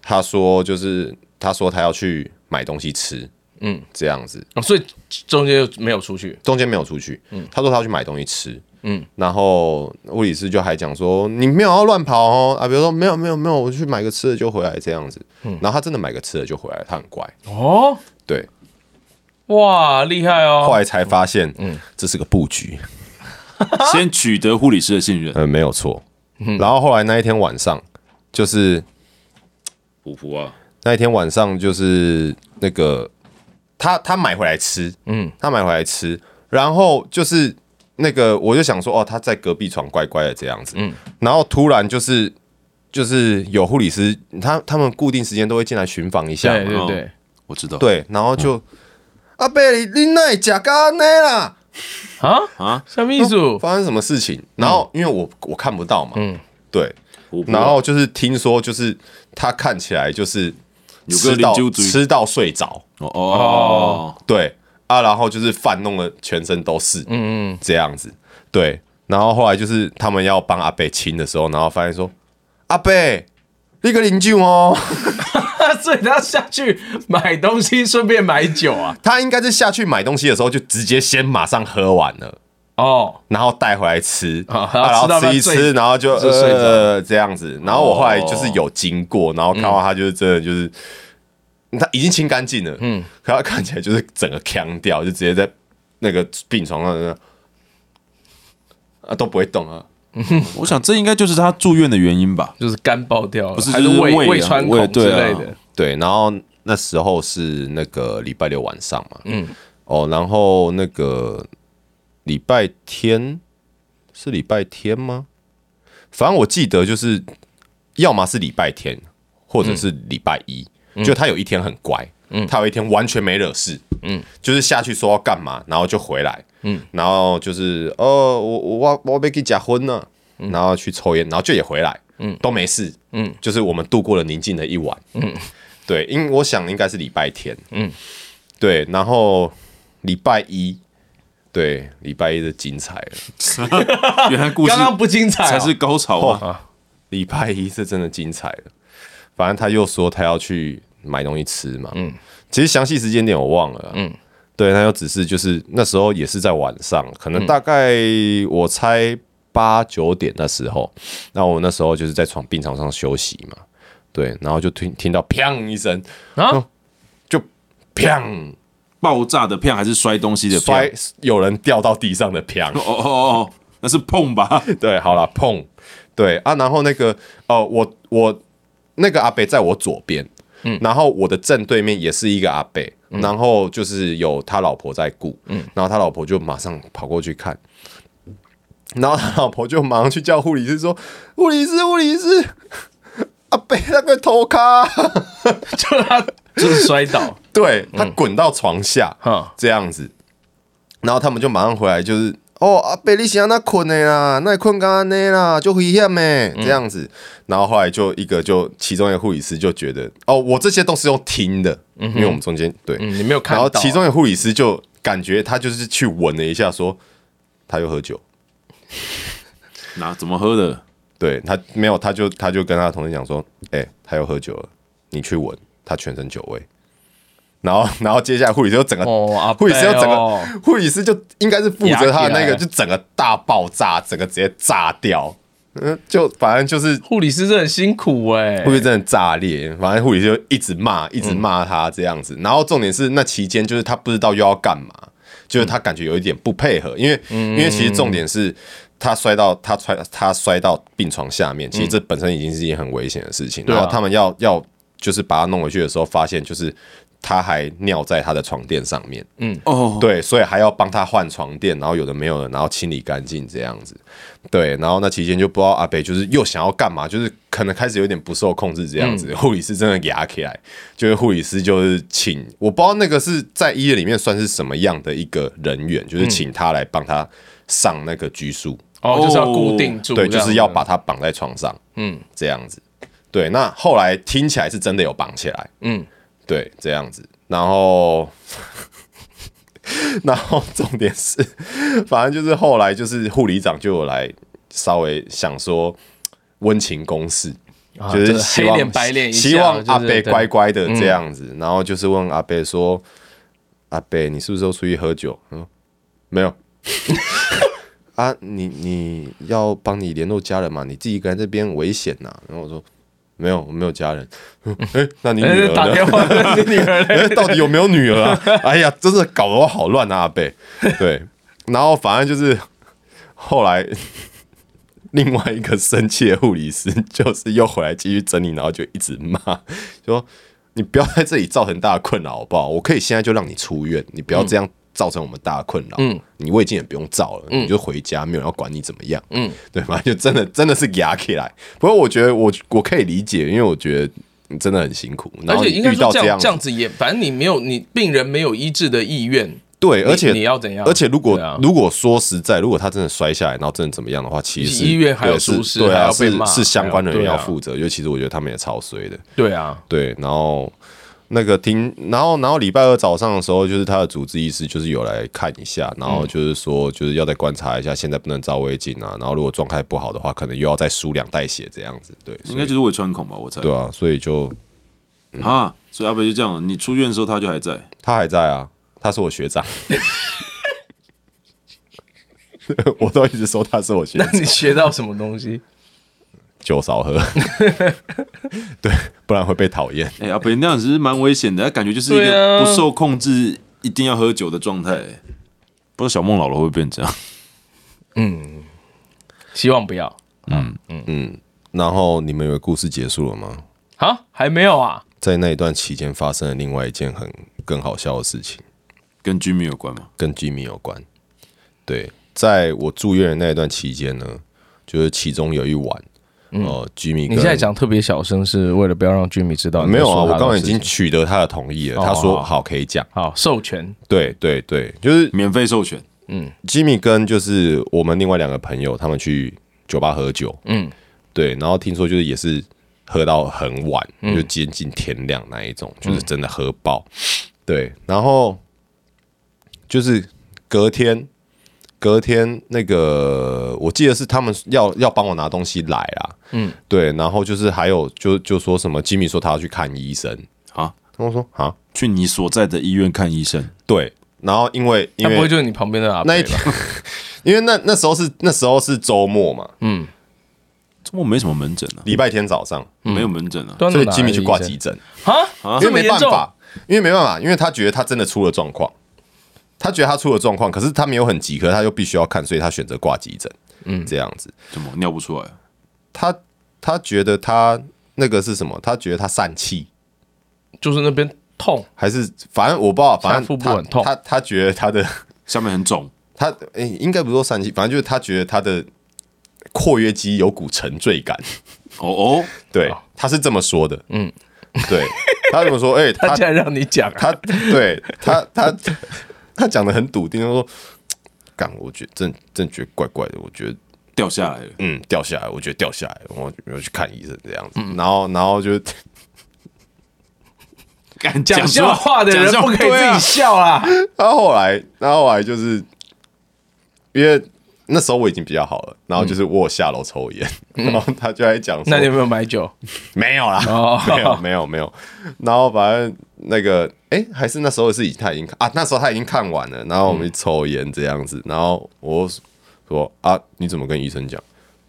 [SPEAKER 1] 他说就是他说他要去买东西吃，嗯，这样子，
[SPEAKER 3] 哦所以中间就没有出去。
[SPEAKER 1] 中间没有出去，他说他要去买东西吃，嗯，然后物理师就还讲说你没有要乱跑哦，啊，比如说没有没有没有，我去买个吃的就回来这样子，然后他真的买个吃的就回来，他很乖，
[SPEAKER 3] 哦，
[SPEAKER 1] 对，
[SPEAKER 3] 哇，厉害
[SPEAKER 1] 后
[SPEAKER 3] 哦！
[SPEAKER 1] 来才发现，嗯，这是个布局，
[SPEAKER 4] 先取得护理师的 信任。
[SPEAKER 1] 呃，没有错。然后后来那一天晚上，就是
[SPEAKER 4] 普普啊，
[SPEAKER 1] 那一天晚上就是那个他他买回来吃，嗯，他买回来吃，然后就是那个我就想说，哦，他在隔壁床乖乖的这样子，嗯，然后突然就是就是有护理师，他他们固定时间都会进来巡访一下
[SPEAKER 3] 对
[SPEAKER 1] 嘛，
[SPEAKER 3] 对对，
[SPEAKER 4] 我知道。
[SPEAKER 1] 对，然后就、阿贝，你你那假干呢啦？
[SPEAKER 3] 啊
[SPEAKER 4] 啊，
[SPEAKER 3] 什 么意思？
[SPEAKER 1] 发生什么事情？然后因为我我看不到嘛，嗯，对，
[SPEAKER 4] 普普啊
[SPEAKER 1] 然后就是听说就是他看起来就是
[SPEAKER 4] 有个
[SPEAKER 1] 吃到
[SPEAKER 4] 邻居嘴
[SPEAKER 1] 吃到睡着。
[SPEAKER 4] 哦哦，
[SPEAKER 1] 对啊，然后就是饭弄得全身都是，嗯嗯，这样子，对。然后后来就是他们要帮阿贝亲的时候，然后发现说，阿贝，你个邻居哦，
[SPEAKER 3] 所以他下去买东西，顺便买酒啊。
[SPEAKER 1] 他应该是下去买东西的时候就直接先马上喝完了。
[SPEAKER 3] 哦，
[SPEAKER 1] 然后带回来吃，
[SPEAKER 3] 啊然后
[SPEAKER 1] 然
[SPEAKER 3] 吃到
[SPEAKER 1] 后
[SPEAKER 3] 一半
[SPEAKER 1] 吃一
[SPEAKER 3] 醉
[SPEAKER 1] 吃，然后就
[SPEAKER 3] 就睡着哦嗯
[SPEAKER 1] 呃这样子。然后我后来就是有经过，然后看到他就是真的就是，他已经清干净了，嗯，可他看起来就是整个腔掉，就直接在那个病床上那啊都不会动啊，
[SPEAKER 4] 我想这应该就是他住院的原因吧？
[SPEAKER 3] 就是肝爆掉了，
[SPEAKER 4] 不是
[SPEAKER 3] 还是
[SPEAKER 4] 就是
[SPEAKER 3] 胃
[SPEAKER 4] 胃啊
[SPEAKER 3] 胃穿孔
[SPEAKER 4] 胃
[SPEAKER 3] 之
[SPEAKER 4] 对啊
[SPEAKER 3] 类的。
[SPEAKER 1] 对，然后那时候是那个礼拜六晚上嘛，嗯，哦，然后那个礼拜天是礼拜天吗？反正我记得就是，要么是礼拜天，或者是礼拜一，就他有一天很乖，嗯，他有一天完全没惹事，嗯，就是下去说要干嘛，然后就回来，嗯，然后就是哦，我我我我被给假婚了，然后去抽烟，然后就也回来，嗯，都没事，嗯，就是我们度过了宁静的一晚，嗯，对，因为我想应该是礼拜天，嗯，对，然后礼拜一。对，礼拜一的精彩了。
[SPEAKER 4] 原来故事
[SPEAKER 3] 刚刚不精彩哦
[SPEAKER 4] 才是高潮啊！
[SPEAKER 1] 礼拜一是真的精彩了。反正他又说他要去买东西吃嘛，嗯，其实详细时间点我忘了，嗯，对，他又只是就是那时候也是在晚上，可能大概我猜八九点那时候，那我那时候就是在床病床上休息嘛，对，然后就听听到砰一声，
[SPEAKER 3] 啊，
[SPEAKER 1] 就砰
[SPEAKER 4] 爆炸的片还是摔东西的
[SPEAKER 1] 摔
[SPEAKER 4] 片？，
[SPEAKER 1] 有人掉到地上的砰，
[SPEAKER 4] 哦哦哦，那是碰 吧？
[SPEAKER 1] 对，好了，碰，对啊，然后那个哦，我我那个阿北在我左边，嗯，然后我的正对面也是一个阿北，然后就是有他老婆在顾，嗯，然后他老婆就马上跑过去看，然后他老婆就马上去叫护理师说，护理师，护理师。阿北那个头卡，
[SPEAKER 3] 就他就是摔倒，
[SPEAKER 1] 对他滚到床下，
[SPEAKER 3] 嗯
[SPEAKER 1] 这样子，然后他们就马上回来，就是哦，阿北你想那困的啦，那困干呢啦，就危险咩
[SPEAKER 3] 嗯
[SPEAKER 1] 这样子。然后后来就一个就其中一个护理师就觉得，哦，我这些都是用听的，因为我们中间对，
[SPEAKER 3] 嗯，你没有看
[SPEAKER 1] 然
[SPEAKER 3] 到
[SPEAKER 1] 后
[SPEAKER 3] 啊，
[SPEAKER 1] 其中一个护理师就感觉他就是去闻了一下说他又喝酒。
[SPEAKER 4] 那怎么喝的？
[SPEAKER 1] 对他没有，他就他就跟他的同事讲说，哎、他又喝酒了，你去闻，他全身酒味。然后，然后接下来护理师就整个，
[SPEAKER 3] 哦阿伯
[SPEAKER 1] 护理师就整
[SPEAKER 3] 哦
[SPEAKER 1] 个，护理师就应该是负责他的那
[SPEAKER 3] 压起来
[SPEAKER 1] 个，就整个大爆炸，整个直接炸掉。嗯，就反正就是
[SPEAKER 3] 护理师真的很辛苦哎嗯
[SPEAKER 1] 会不，会真的炸裂？反正护理就一直骂，一直骂他这样子。然后重点是那期间就是他不知道又要干嘛，就是他感觉有一点不配合，因为、
[SPEAKER 3] 嗯
[SPEAKER 1] 因为其实重点是他摔到他摔他摔到病床下面，其实这本身已经是一件很危险的事情。
[SPEAKER 3] 嗯啊
[SPEAKER 1] 然后他们要要就是把他弄回去的时候，发现就是。他还尿在他的床垫上面，
[SPEAKER 4] 哦，
[SPEAKER 1] 对，所以还要帮他换床垫，然后有的没有的，然后清理干净这样子。对，然后那期间就不知道阿北就是又想要干嘛，就是可能开始有点不受控制这样子。护、理师真的给他起来，就是护理师就是请，我不知道那个是在医院里面算是什么样的一个人员，就是请他来帮他上那个拘束。
[SPEAKER 3] 哦，就是要固定住，
[SPEAKER 1] 对，
[SPEAKER 3] 这
[SPEAKER 1] 就
[SPEAKER 3] 样
[SPEAKER 1] 是要把他绑在床上，嗯，这样子。对，那后来听起来是真的有绑起来，
[SPEAKER 3] 嗯
[SPEAKER 1] 嗯，对，这样子。然后， 然后重点是，反正就是后来就是护理长就有来稍微想说温情攻势。就
[SPEAKER 3] 这
[SPEAKER 1] 是
[SPEAKER 3] 个
[SPEAKER 1] 希
[SPEAKER 3] 啊黑
[SPEAKER 1] 望
[SPEAKER 3] 脸白脸一下
[SPEAKER 1] 希望
[SPEAKER 3] 就是
[SPEAKER 1] 阿贝
[SPEAKER 3] 对嗯
[SPEAKER 1] 乖乖的这样子，然后就是问阿贝说：“阿贝，你是不是又出去喝酒？”嗯，没有。啊，你你要帮你联络家人嘛？你自己一个人在这边危险呐、然后我说没有，我没有家人。嗯哎、那你女
[SPEAKER 3] 哎
[SPEAKER 1] 儿
[SPEAKER 3] 打电
[SPEAKER 1] 呢？
[SPEAKER 3] 话问你女儿嘞
[SPEAKER 1] 哎、到底有没有女儿 啊？哎呀，真的搞得我好乱啊，阿贝。对，然后反正就是后来 另外一个生气的护理师，就是又回来继续整理，然后就一直骂，说你不要在这里造成大家困扰好不好？我可以现在就让你出院，你不要这样造成我们大家困扰。嗯，你胃镜也不用照了，
[SPEAKER 3] 嗯
[SPEAKER 1] 你就回家，没有人要管你怎么样。嗯，对，反正就真的真的是压起来。不过我觉得我我可以理解，因为我觉得。真的很辛苦， 然
[SPEAKER 3] 而
[SPEAKER 1] 后
[SPEAKER 3] 且
[SPEAKER 1] 你
[SPEAKER 3] 应该
[SPEAKER 1] 遇到
[SPEAKER 3] 说这
[SPEAKER 1] 样
[SPEAKER 3] 样这样子也，反正你没有你病人没有医治的意愿，
[SPEAKER 1] 对，
[SPEAKER 3] 你
[SPEAKER 1] 而且
[SPEAKER 3] 你要怎样
[SPEAKER 1] 而且如果、
[SPEAKER 3] 对啊
[SPEAKER 1] 如果说实在，如果他真的摔下来，然后真的怎么样的话，其实是
[SPEAKER 3] 医院还有
[SPEAKER 1] 对是
[SPEAKER 3] 疏失
[SPEAKER 1] 对
[SPEAKER 3] 还
[SPEAKER 1] 啊，
[SPEAKER 3] 要被
[SPEAKER 1] 是
[SPEAKER 3] 骂
[SPEAKER 1] 是相关的人
[SPEAKER 3] 还要
[SPEAKER 1] 要
[SPEAKER 3] 对啊
[SPEAKER 1] 负责。尤其是我觉得他们也超衰的，
[SPEAKER 3] 对啊，
[SPEAKER 1] 对。然后那个听，然后然后礼拜二早上的时候，就是他的主治医师就是有来看一
[SPEAKER 3] 嗯
[SPEAKER 1] 下，然后就是说就是要再观察一下，现在不能照胃镜啊，然后如果状态不好的话，可能又要再输两袋血这样子，对，
[SPEAKER 4] 应该就是胃穿孔吧？我猜。
[SPEAKER 1] 对啊，所以就
[SPEAKER 4] 啊，所以阿北就这样，你出院的时候他就还在。
[SPEAKER 1] 他还在啊，他是我学长。 我都一直说他是我学长
[SPEAKER 3] 那，你学到什么东西？
[SPEAKER 1] 酒少喝， 对，不然会被讨厌。
[SPEAKER 4] 哎、阿北那样子是蛮危险的，他感觉就是一
[SPEAKER 3] 对
[SPEAKER 4] 个
[SPEAKER 3] 啊
[SPEAKER 4] 不受控制，一定要喝酒的状态。不知道小梦老了会不会变这样？
[SPEAKER 3] 希望不要
[SPEAKER 1] 然后你们以为故事结束了吗？
[SPEAKER 3] 啊，还没有啊，
[SPEAKER 1] 在那一段期间发生了另外一件很更好笑的事情，
[SPEAKER 4] 跟居民有关吗？
[SPEAKER 1] 跟居民有关。对，在我住院的那一段期间呢，就是其中有一晚，呃，居民
[SPEAKER 3] 嗯你现在讲特别小声，是为了不要让居民知道你
[SPEAKER 1] 没
[SPEAKER 3] 在
[SPEAKER 1] 有
[SPEAKER 3] 说
[SPEAKER 1] 啊？我
[SPEAKER 3] 他的事情。
[SPEAKER 1] 刚刚已经取得他的同意了，
[SPEAKER 3] 哦
[SPEAKER 1] 他说
[SPEAKER 3] 好
[SPEAKER 1] 好可以讲。
[SPEAKER 3] 好授权，
[SPEAKER 1] 对对对，就是
[SPEAKER 4] 免费授权，
[SPEAKER 1] 吉米跟就是我们另外两个朋友，他们去酒吧喝酒，嗯，对，然后听说就是也是喝到很晚，
[SPEAKER 3] 嗯
[SPEAKER 1] 就接近天亮那一种，就是真的喝爆，对，然后就是隔天，隔天那个我记得是他们要要帮我拿东西来啦，嗯，对，然后就是还有就就说什么吉米说他要去看医生
[SPEAKER 4] 啊，
[SPEAKER 1] 然后我说啊，
[SPEAKER 4] 去你所在的医院看医生。
[SPEAKER 1] 对，然后因为因
[SPEAKER 3] 他
[SPEAKER 1] 为
[SPEAKER 3] 不会就是你旁边的阿伯吧
[SPEAKER 1] 那一天， 因为那那时候是那时候是周末嘛，
[SPEAKER 3] 嗯
[SPEAKER 4] 周末没什么门诊啊，
[SPEAKER 1] 礼拜天早上，
[SPEAKER 4] 没有门诊啊，
[SPEAKER 3] 端
[SPEAKER 1] 所
[SPEAKER 3] 着
[SPEAKER 1] 以
[SPEAKER 3] 哪来
[SPEAKER 1] 吉
[SPEAKER 3] 的
[SPEAKER 1] 米去挂急
[SPEAKER 3] 医
[SPEAKER 1] 诊，
[SPEAKER 3] 生啊，
[SPEAKER 1] 因为
[SPEAKER 3] 这么
[SPEAKER 1] 没
[SPEAKER 3] 严
[SPEAKER 1] 办
[SPEAKER 3] 重，
[SPEAKER 1] 法，因为没办法，因为他觉得他真的出了状况，他觉得他出了状况，可是他没有很急，可是他又必须要看，所以他选择挂急诊，嗯，这样子，
[SPEAKER 4] 怎么尿不出来？啊
[SPEAKER 1] 他他觉得他那个是什么？他觉得他疝气。
[SPEAKER 3] 就是那边痛，
[SPEAKER 1] 还是反正我不知道，反
[SPEAKER 3] 下腹
[SPEAKER 1] 正
[SPEAKER 3] 部
[SPEAKER 1] 他
[SPEAKER 3] 很痛
[SPEAKER 1] 他他觉得他的
[SPEAKER 4] 下面很肿，
[SPEAKER 1] 他诶、应该不是说疝气，反正就是他觉得他的括约肌有股沉坠感，
[SPEAKER 4] 哦哦，
[SPEAKER 1] 对，他是这么说的，嗯， 对，他怎么说？哎、
[SPEAKER 3] 他
[SPEAKER 1] 他
[SPEAKER 3] 竟然让你讲啊，
[SPEAKER 1] 他对他他他讲的很笃定，他说：“干，我觉得真真觉得怪怪的，我觉得
[SPEAKER 4] 掉下来了，
[SPEAKER 1] 嗯掉下来，我觉得掉下来，我我去看医生这样子。
[SPEAKER 3] 嗯
[SPEAKER 1] 然后然后就
[SPEAKER 4] 敢
[SPEAKER 3] 讲笑话的人不可以自己笑啊啦。
[SPEAKER 1] 他后来他后来就是因为那时候我已经比较好了，然后就是我有下楼抽烟，然后他就在讲说
[SPEAKER 3] 嗯那你有没有买酒？
[SPEAKER 1] 没有啦，
[SPEAKER 3] 哦
[SPEAKER 1] 没有没有没有。然后反正那个，哎、还是那时候是已经他已经看啊，那时候他已经看完了，然后我们去抽烟这样子，然后我说啊，你怎么跟医生讲？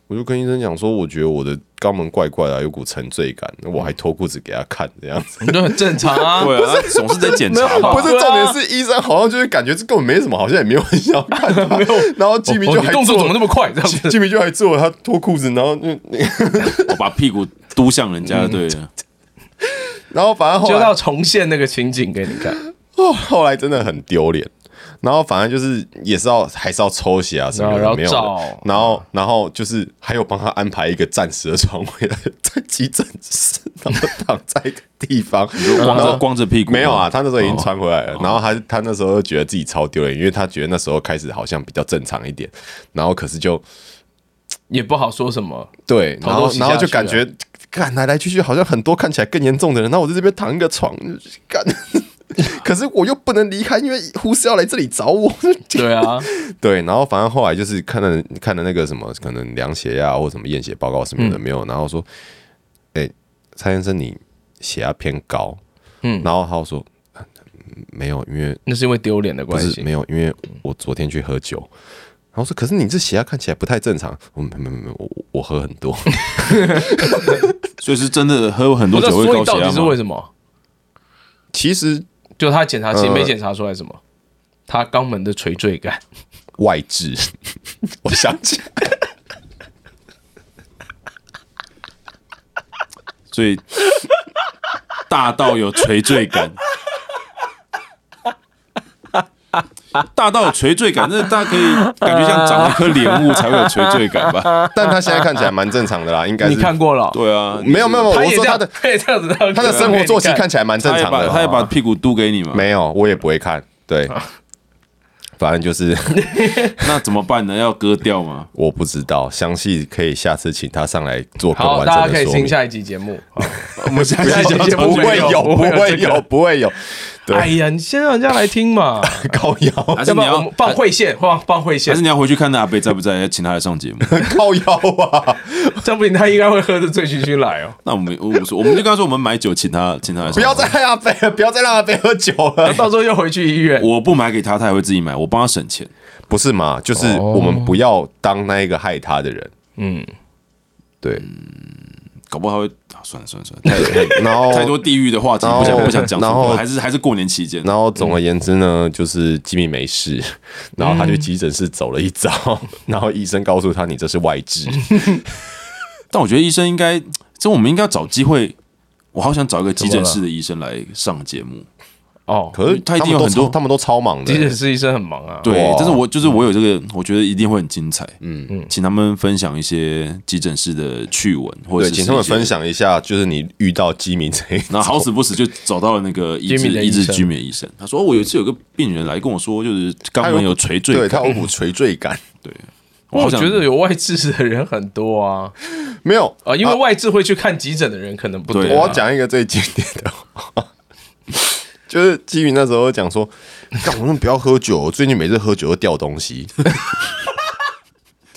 [SPEAKER 1] 我就跟医生讲说，我觉得我的肛门怪怪的啊、有股沉醉感，我还脱裤子给他看这样子。
[SPEAKER 3] 你就很正常啊。
[SPEAKER 4] 对啊，他总是在检
[SPEAKER 3] 没
[SPEAKER 4] 查
[SPEAKER 3] 有
[SPEAKER 4] 吧
[SPEAKER 3] 好
[SPEAKER 1] 不
[SPEAKER 3] 吧
[SPEAKER 1] 是
[SPEAKER 3] 对啊
[SPEAKER 1] 重点是医生好像就是感觉这根本没什么，好像也没有很想要看 他。然后吉米
[SPEAKER 3] 哦
[SPEAKER 1] 就
[SPEAKER 3] 你
[SPEAKER 1] 还
[SPEAKER 3] 动作
[SPEAKER 1] 做
[SPEAKER 3] 怎么那么快？这样子，
[SPEAKER 1] 吉米就还做了他脱裤子，然后就
[SPEAKER 4] 我把屁股嘟向人家，对了，
[SPEAKER 1] 然后反正后
[SPEAKER 3] 就
[SPEAKER 1] 来
[SPEAKER 3] 要重现那个情景给你看。
[SPEAKER 1] 哦，后来真的很丢脸。然后反正就是也是要还是要抽血啊什么
[SPEAKER 3] 然后
[SPEAKER 1] 的，没有
[SPEAKER 3] 照
[SPEAKER 1] 的。然后然后就是还有帮他安排一个暂时的床位在急诊室，然后躺在一个地方，
[SPEAKER 4] 光
[SPEAKER 1] 然
[SPEAKER 4] 着
[SPEAKER 1] 后
[SPEAKER 4] 光着屁股，
[SPEAKER 1] 没有啊，，他那时候已经穿回来了。然后他他那时候就觉得自己超丢脸，因为他觉得那时候开始好像比较正常一点，然后可是就
[SPEAKER 3] 也不好说什么，
[SPEAKER 1] 对，然
[SPEAKER 3] 偷偷
[SPEAKER 1] 后
[SPEAKER 3] 洗下
[SPEAKER 1] 然后就
[SPEAKER 3] 去
[SPEAKER 1] 感
[SPEAKER 3] 了
[SPEAKER 1] 觉干来来去去好像很多看起来更严重的人，那我在这边躺一个床 干，可是我又不能离开，因为护士要来这里找我。
[SPEAKER 3] 对啊，
[SPEAKER 1] 对，然后反正后来就是看了看了那个什么，可能量血压或什么验血报告什
[SPEAKER 3] 嗯
[SPEAKER 1] 么的没有，然后说，哎、蔡先生你血压偏高，嗯，然后他说嗯没有，因为
[SPEAKER 3] 那是因为丢脸的
[SPEAKER 1] 不
[SPEAKER 3] 关
[SPEAKER 1] 是
[SPEAKER 3] 系
[SPEAKER 1] 没。有，因为我昨天去喝酒，然后说可是你这血压看起来不太正常，我没没没，我我喝很多。
[SPEAKER 4] 所以是真的喝很
[SPEAKER 3] 不
[SPEAKER 4] 多
[SPEAKER 3] 是，
[SPEAKER 4] 酒会
[SPEAKER 3] 所以
[SPEAKER 4] 高
[SPEAKER 3] 到
[SPEAKER 4] 血
[SPEAKER 3] 底
[SPEAKER 4] 压
[SPEAKER 3] 是为
[SPEAKER 4] 吗？
[SPEAKER 3] 什么？
[SPEAKER 1] 其实
[SPEAKER 3] 就他检查其实
[SPEAKER 1] 呃
[SPEAKER 3] 没检查出来什么，他肛门的垂坠感。
[SPEAKER 1] 外痔， 我想起来
[SPEAKER 4] 所以大到有垂坠感。大到有垂坠感，那大家可以感觉像长了颗莲雾才会有垂坠感吧？
[SPEAKER 1] 但他现在看起来蛮正常的啦，应该
[SPEAKER 3] 你
[SPEAKER 1] 是
[SPEAKER 3] 看过了哦？
[SPEAKER 4] 对啊，
[SPEAKER 1] 没有没有，我
[SPEAKER 3] 也这
[SPEAKER 1] 说他
[SPEAKER 3] 样
[SPEAKER 1] 的
[SPEAKER 3] 他也这样子，他
[SPEAKER 1] 他的生活作息看起来蛮正
[SPEAKER 4] 他也
[SPEAKER 1] 常
[SPEAKER 4] 把
[SPEAKER 1] 的，
[SPEAKER 4] 他也把屁股嘟给你嘛？
[SPEAKER 1] 没有，我也不会看。对，反正就是
[SPEAKER 4] 那怎么办呢？要割掉 吗？
[SPEAKER 1] 我不知道，详细可以下次请他上来做更
[SPEAKER 3] 好，
[SPEAKER 1] 完
[SPEAKER 3] 大家
[SPEAKER 1] 整
[SPEAKER 3] 可
[SPEAKER 1] 的
[SPEAKER 3] 以
[SPEAKER 1] 说
[SPEAKER 3] 听
[SPEAKER 1] 明。哦
[SPEAKER 3] 下一集节目。好
[SPEAKER 1] 我们下
[SPEAKER 3] 下一集节
[SPEAKER 1] 不
[SPEAKER 3] 目
[SPEAKER 1] 会有，不
[SPEAKER 3] 不会有
[SPEAKER 1] 会
[SPEAKER 3] 这
[SPEAKER 1] 有，
[SPEAKER 3] 个
[SPEAKER 1] 不会有。
[SPEAKER 3] 哎
[SPEAKER 1] 对，
[SPEAKER 3] 呀，你先让人家来听 嘛，
[SPEAKER 1] 高
[SPEAKER 4] 还
[SPEAKER 1] 腰，
[SPEAKER 4] 是
[SPEAKER 3] 要不
[SPEAKER 4] 你
[SPEAKER 3] 然我
[SPEAKER 4] 要
[SPEAKER 3] 们放会线，放放会线
[SPEAKER 4] 还是，你要回去看那阿贝在不在，要请他来上 节目？
[SPEAKER 1] 高腰啊！
[SPEAKER 3] 这样不行，他应该会喝的醉醺醺来 哦。
[SPEAKER 4] 那我们我无所谓，我们就跟他说我们买酒，请他请他来上。
[SPEAKER 1] 不要再，让阿飞了，不要再让阿飞喝酒了。
[SPEAKER 3] 到时候又回去医院。
[SPEAKER 4] 我不买给他，他也会自己买，我帮他省钱。
[SPEAKER 1] 不是嘛？就是我们不要当那一个害他的人。
[SPEAKER 3] 嗯，
[SPEAKER 1] 对，
[SPEAKER 4] 搞不好他会啊，算了算了算了，太
[SPEAKER 1] 然后
[SPEAKER 4] 太太多地域的话题，
[SPEAKER 1] 然后
[SPEAKER 4] 不想不 想讲出
[SPEAKER 1] 然
[SPEAKER 4] 口。
[SPEAKER 1] 后
[SPEAKER 4] 还是还是过年期间，
[SPEAKER 1] 然后总而言之
[SPEAKER 4] 嗯
[SPEAKER 1] 呢，就是吉米没事， 然后他去急诊室走了一遭，
[SPEAKER 4] 嗯
[SPEAKER 1] 然后医生告诉他你这是外痔，
[SPEAKER 4] 但我觉得医生应该，这我们应该要找机会我好想找一个急诊
[SPEAKER 3] 怎么
[SPEAKER 4] 室的医生来上节目。
[SPEAKER 3] 哦，
[SPEAKER 1] 可是
[SPEAKER 4] 嗯他一定
[SPEAKER 1] 们
[SPEAKER 4] 有
[SPEAKER 1] 都
[SPEAKER 4] 很多
[SPEAKER 1] 超他们都超忙的
[SPEAKER 3] 急，诊室医生很忙啊。
[SPEAKER 4] 对
[SPEAKER 1] 哇，
[SPEAKER 4] 但是我就是我有这个，我觉得一定会很精彩。嗯嗯，请他们分享一些急诊室的趣闻，或
[SPEAKER 1] 对，
[SPEAKER 4] 者是
[SPEAKER 1] 请他们
[SPEAKER 4] 一些
[SPEAKER 1] 分。享一下，就是你遇到基民这一
[SPEAKER 4] 然后好死不死就找到了那个医
[SPEAKER 3] 居民的
[SPEAKER 4] 治
[SPEAKER 3] 医
[SPEAKER 4] 医
[SPEAKER 3] 生
[SPEAKER 4] 治居民的医生，他说：“哦，我有一次有个病人来跟我说，就是肛
[SPEAKER 1] 他
[SPEAKER 4] 门
[SPEAKER 1] 有
[SPEAKER 4] 有垂坠
[SPEAKER 1] 对
[SPEAKER 4] 感
[SPEAKER 1] 他。有股垂坠感，
[SPEAKER 3] 不过
[SPEAKER 4] 好
[SPEAKER 3] 我
[SPEAKER 4] 想
[SPEAKER 3] 觉得有外治的人很多啊，
[SPEAKER 1] 没有
[SPEAKER 3] 啊，因为外治会去看急诊的人可能不多
[SPEAKER 4] 对。啊
[SPEAKER 1] 我要讲一个最经典的话， 就是基于那时候讲说，干我们不要喝酒，我最近每次喝酒都掉东西。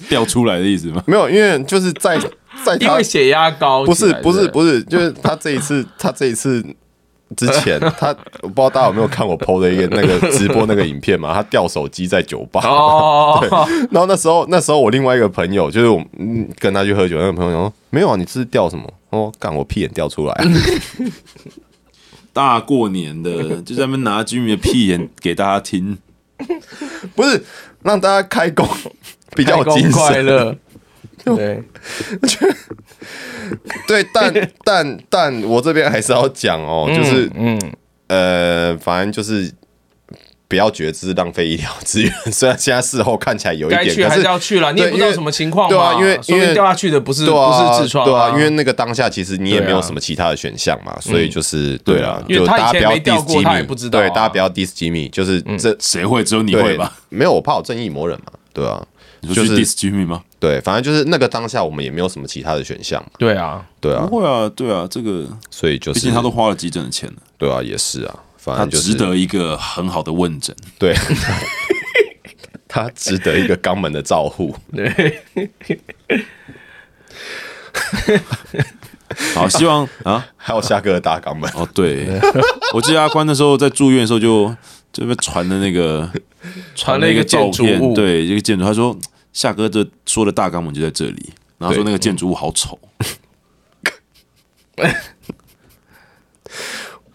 [SPEAKER 4] 掉出来的意思 吗？
[SPEAKER 1] 没有，因为就是在在
[SPEAKER 3] 因
[SPEAKER 1] 他
[SPEAKER 3] 为血压高
[SPEAKER 1] 不
[SPEAKER 3] 起
[SPEAKER 1] 是
[SPEAKER 3] 来的，
[SPEAKER 1] 不是不是，就是他这一次他这一次之前，他我不知道大家有没有看我 PO 的一个那个直播那个影片嘛，他掉手机在酒吧。
[SPEAKER 3] 哦，
[SPEAKER 1] 然后那时候，那时候我另外一个朋友，就是我们嗯跟他去喝酒，那个朋友说没有啊，你这是掉什么？哦，干我屁眼掉出来啊，
[SPEAKER 4] 大过年的就在那边拿居民的屁眼给大家听，
[SPEAKER 1] 不是让大家开工比较
[SPEAKER 3] 开
[SPEAKER 1] 有
[SPEAKER 3] 工
[SPEAKER 1] 精
[SPEAKER 3] 快
[SPEAKER 1] 神。
[SPEAKER 3] 乐。对，
[SPEAKER 1] 对，但但但我这边还是要讲哦，就是
[SPEAKER 3] 嗯，
[SPEAKER 1] 呃，反正就是。不要觉得这是浪费医疗资源， 虽然现在事后看起来有一
[SPEAKER 3] 该
[SPEAKER 1] 点，
[SPEAKER 3] 去
[SPEAKER 1] 可
[SPEAKER 3] 还
[SPEAKER 1] 是
[SPEAKER 3] 是要去了，你也
[SPEAKER 1] 对
[SPEAKER 3] 不知道
[SPEAKER 1] 因为
[SPEAKER 3] 什么情况
[SPEAKER 1] 对啊
[SPEAKER 3] 嘛，
[SPEAKER 1] 因为
[SPEAKER 3] 说不定
[SPEAKER 1] 因为
[SPEAKER 3] 掉下去的不是
[SPEAKER 1] 对
[SPEAKER 3] 不
[SPEAKER 1] 啊，
[SPEAKER 3] 是痔疮，
[SPEAKER 1] 对啊，因为那个当下其实你也
[SPEAKER 3] 对啊
[SPEAKER 1] 没有什么其他的选项嘛，所以就是对啊，
[SPEAKER 3] 嗯因
[SPEAKER 1] 就
[SPEAKER 3] 为他以
[SPEAKER 1] 大家
[SPEAKER 3] 前
[SPEAKER 1] 不要
[SPEAKER 3] 没掉
[SPEAKER 1] diss
[SPEAKER 3] 过
[SPEAKER 1] 吉
[SPEAKER 3] 他也
[SPEAKER 1] 米，
[SPEAKER 3] 不知道啊嗯
[SPEAKER 1] 对，大家不要 diss 吉米，就是这
[SPEAKER 4] 谁会？只有你会
[SPEAKER 1] 对
[SPEAKER 4] 吧？？
[SPEAKER 1] 没有，我怕我正义魔人嘛，对啊，
[SPEAKER 4] 你
[SPEAKER 1] 就
[SPEAKER 4] 说去
[SPEAKER 1] 是
[SPEAKER 4] diss 居民吗？
[SPEAKER 1] 对，反正就是那个当下我们也没有什么其他的选项嘛，
[SPEAKER 3] 对啊，
[SPEAKER 1] 对啊
[SPEAKER 4] 不，会啊，对啊，这个
[SPEAKER 1] 所以就
[SPEAKER 4] 毕
[SPEAKER 1] 是
[SPEAKER 4] 竟他都花了急诊的钱了，
[SPEAKER 1] 对啊，也是啊，反
[SPEAKER 4] 他
[SPEAKER 1] 正就
[SPEAKER 4] 值
[SPEAKER 1] 是
[SPEAKER 4] 得一个很好的问诊。
[SPEAKER 1] 对， 他值得一个肛门的照护。
[SPEAKER 4] 好，希望啊。”
[SPEAKER 1] 还有下个大肛门，
[SPEAKER 4] 哦，对，我记得阿宽那时候在住院的时候就就被传的那个
[SPEAKER 3] 传了
[SPEAKER 4] 那
[SPEAKER 3] 啊一个
[SPEAKER 4] 照
[SPEAKER 3] 建筑
[SPEAKER 4] 片，
[SPEAKER 3] 物，，
[SPEAKER 4] 对，一个建筑，他说夏哥这说的大纲门就在这里，然后说那个建筑物好丑，